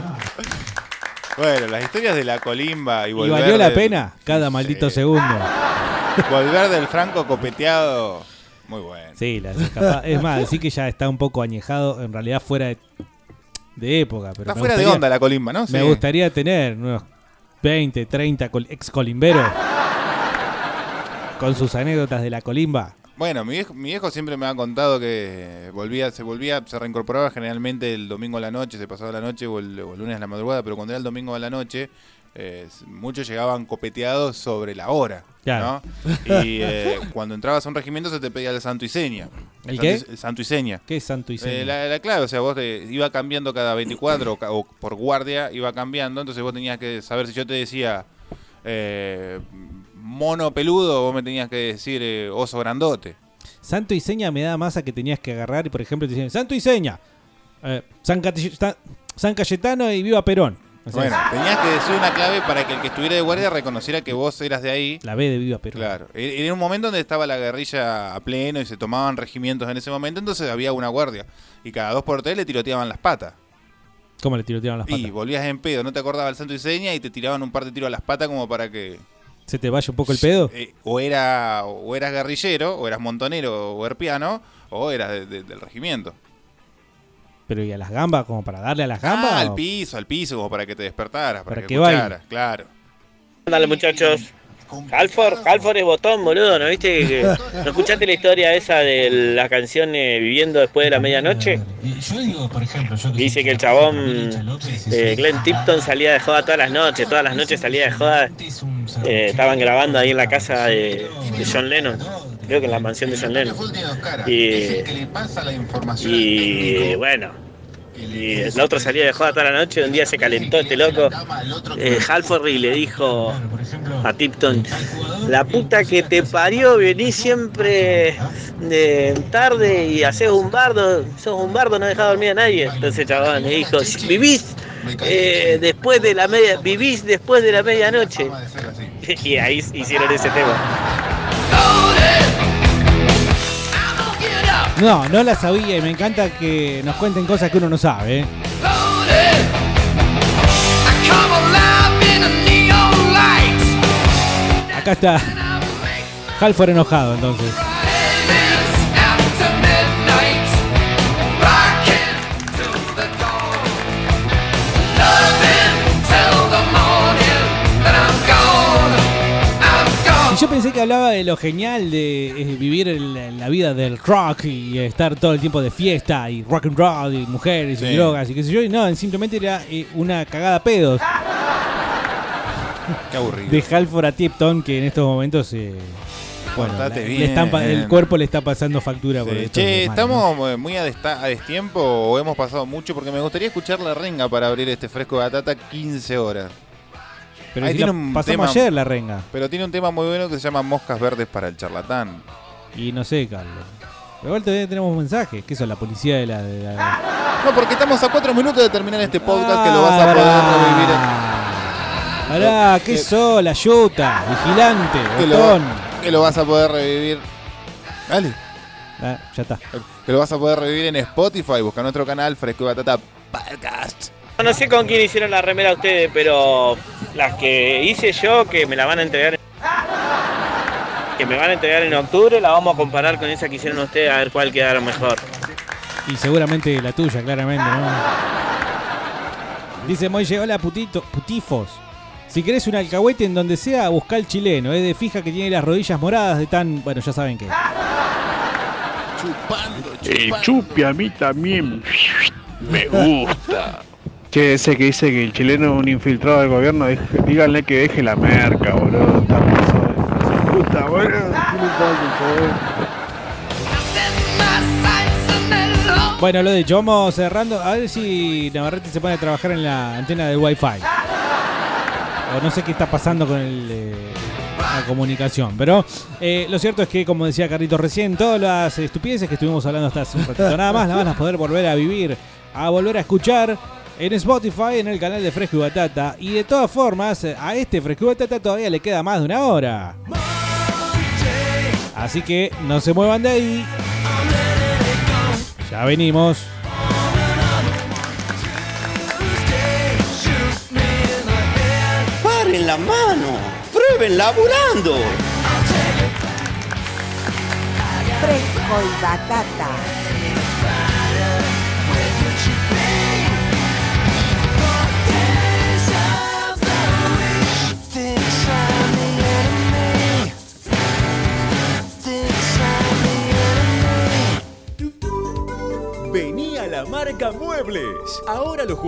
Bueno, las historias de la colimba y
Y
volver
valió la
del-
pena cada maldito segundo.
[LAUGHS] Volver del franco copeteado. Muy bueno.
Sí, las escapadas. Es más, decir que ya está un poco añejado, en realidad fuera de, de época. Pero
Está
me
fuera de
gustaría-
onda la colimba, ¿no?
Me
Sí.
gustaría tener unos 20, 30 col- ex colimberos con sus anécdotas de la colimba.
Bueno, mi viejo, mi viejo siempre me ha contado que volvía, se volvía, se reincorporaba generalmente el domingo a la noche, se pasaba la noche o el, o el lunes a la madrugada, pero cuando era el domingo a la noche, eh, s- muchos llegaban copeteados sobre la hora.
Claro.
¿no? Y eh, cuando entrabas a un regimiento se te pedía el santo y seña.
¿El
santo
qué?
y- El santo y seña.
¿Qué es santo y seña?
Eh, la, la clave, o sea, vos te, iba cambiando cada 24 o, ca- o por guardia, iba cambiando, entonces vos tenías que saber si yo te decía eh, mono peludo, vos me tenías que decir eh, oso grandote.
Santo y seña me da masa que tenías que agarrar y, por ejemplo, te dicen: Santo y seña, eh, San, Cate- Sa- San Cayetano y Viva Perón. O sea,
Bueno, tenías que decir una clave para que el que estuviera de guardia reconociera que vos eras de ahí.
La B de Viva Perón.
Claro. E- Era un momento donde estaba la guerrilla a pleno y se tomaban regimientos en ese momento, entonces había una guardia. Y cada dos por tres le tiroteaban las patas.
¿Cómo le tiroteaban las patas?
Y volvías en pedo, no te acordabas el santo y seña y te tiraban un par de tiros a las patas como para que...
¿Se te vaya un poco el pedo?
eh, o, era, o eras guerrillero, o eras montonero, o herpiano, o eras de- de- del regimiento.
Pero ¿y a las gambas? ¿Como para darle a las gambas?
Ah, al
o-
piso, al piso, como para que te despertaras, para,
Para
que,
que baile.
escucharas, claro.
Dale muchachos. Halford, Halford es botón, boludo, ¿no viste? que- ¿No escuchaste la historia esa de la canción eh, Viviendo después de la medianoche? Dice que el chabón eh, Glenn Tipton salía de joda todas las noches, todas las noches salía de joda. Eh, estaban grabando ahí en la casa de, de John Lennon, creo que en la mansión de John Lennon. Y, y bueno, y el otro salía de joda toda la noche, un día se calentó este loco, eh, Halford, y le dijo a Tipton, la puta que te parió, venís siempre eh, tarde y haces un bardo, sos un bardo, no dejás dormir a nadie. Entonces chabón le dijo, "Si vivís eh, después de la media, vivís después de la medianoche. Y ahí hicieron ese tema.
No, no la sabía y me encanta que nos cuenten cosas que uno no sabe. ¿eh? Acá está Halford enojado entonces. Y Yo pensé que hablaba de lo genial de eh, vivir en la, en la vida del rock y estar todo el tiempo de fiesta y rock and roll y mujeres y
Sí.
drogas y qué sé yo. Y no, simplemente era eh, una cagada a pedos
Qué aburrido.
de Halford a Tipton que en estos momentos eh, bueno, la-
Portate
le
bien.
están pa- el cuerpo le está pasando factura. por
Sí.
estos
Che,
desmanes, ¿no?
¿estamos eh, muy a, desta- a destiempo o hemos pasado mucho? Porque me gustaría escuchar la renga para abrir este fresco de batata 15 horas.
Pero
Ahí
si
tiene
la
un
pasamos
tema-
ayer la renga.
Pero tiene un tema muy bueno que se llama Moscas Verdes para el Charlatán.
Y no sé, Carlos. Pero igual todavía tenemos mensajes. ¿Qué son la policía de la.? de la-
No, porque estamos a cuatro minutos de terminar este Ah, podcast que lo vas a poder revivir.
Ah,
Eh,
Pará, ¿qué son? La yuta, vigilante,
Que
botón.
lo, que lo vas a poder revivir. Dale.
Ah, ya está.
Que lo vas a poder revivir en Spotify. Busca nuestro canal Fresco de Batata Podcast.
No sé con quién hicieron la remera ustedes, pero las que hice yo, que me la van a entregar en- que me van a entregar en octubre, la vamos a comparar con esa que hicieron ustedes a ver cuál quedaron mejor.
Y seguramente la tuya, claramente, ¿no? Dice Moille, hola putito, putifos. Si querés un alcahuete en donde sea, busca al chileno. Es de fija que tiene las rodillas moradas de tan. Bueno, ya saben qué.
Eh, chupi a mí también. Me gusta. Che, ese que dice que el chileno es un infiltrado del gobierno, dije- díganle que deje la merca, boludo. Está pasado de- puta, boludo.
Bueno, lo dicho, vamos cerrando. A ver si Navarrete se pone a trabajar en la antena del Wi-Fi. O no sé qué está pasando con el, eh, la comunicación. Pero eh, lo cierto es que, como decía Carlitos recién, todas las estupideces que estuvimos hablando hasta hace un ratito nada más las van a poder volver a vivir, a volver a escuchar en Spotify, en el canal de Fresco y Batata. Y de todas formas, a este Fresco y Batata todavía le queda más de una hora. Así que no se muevan de ahí. Ya venimos.
Paren la mano, prueben laburando.
Fresco y batata.
Vení a la marca Muebles. Ahora los jueves.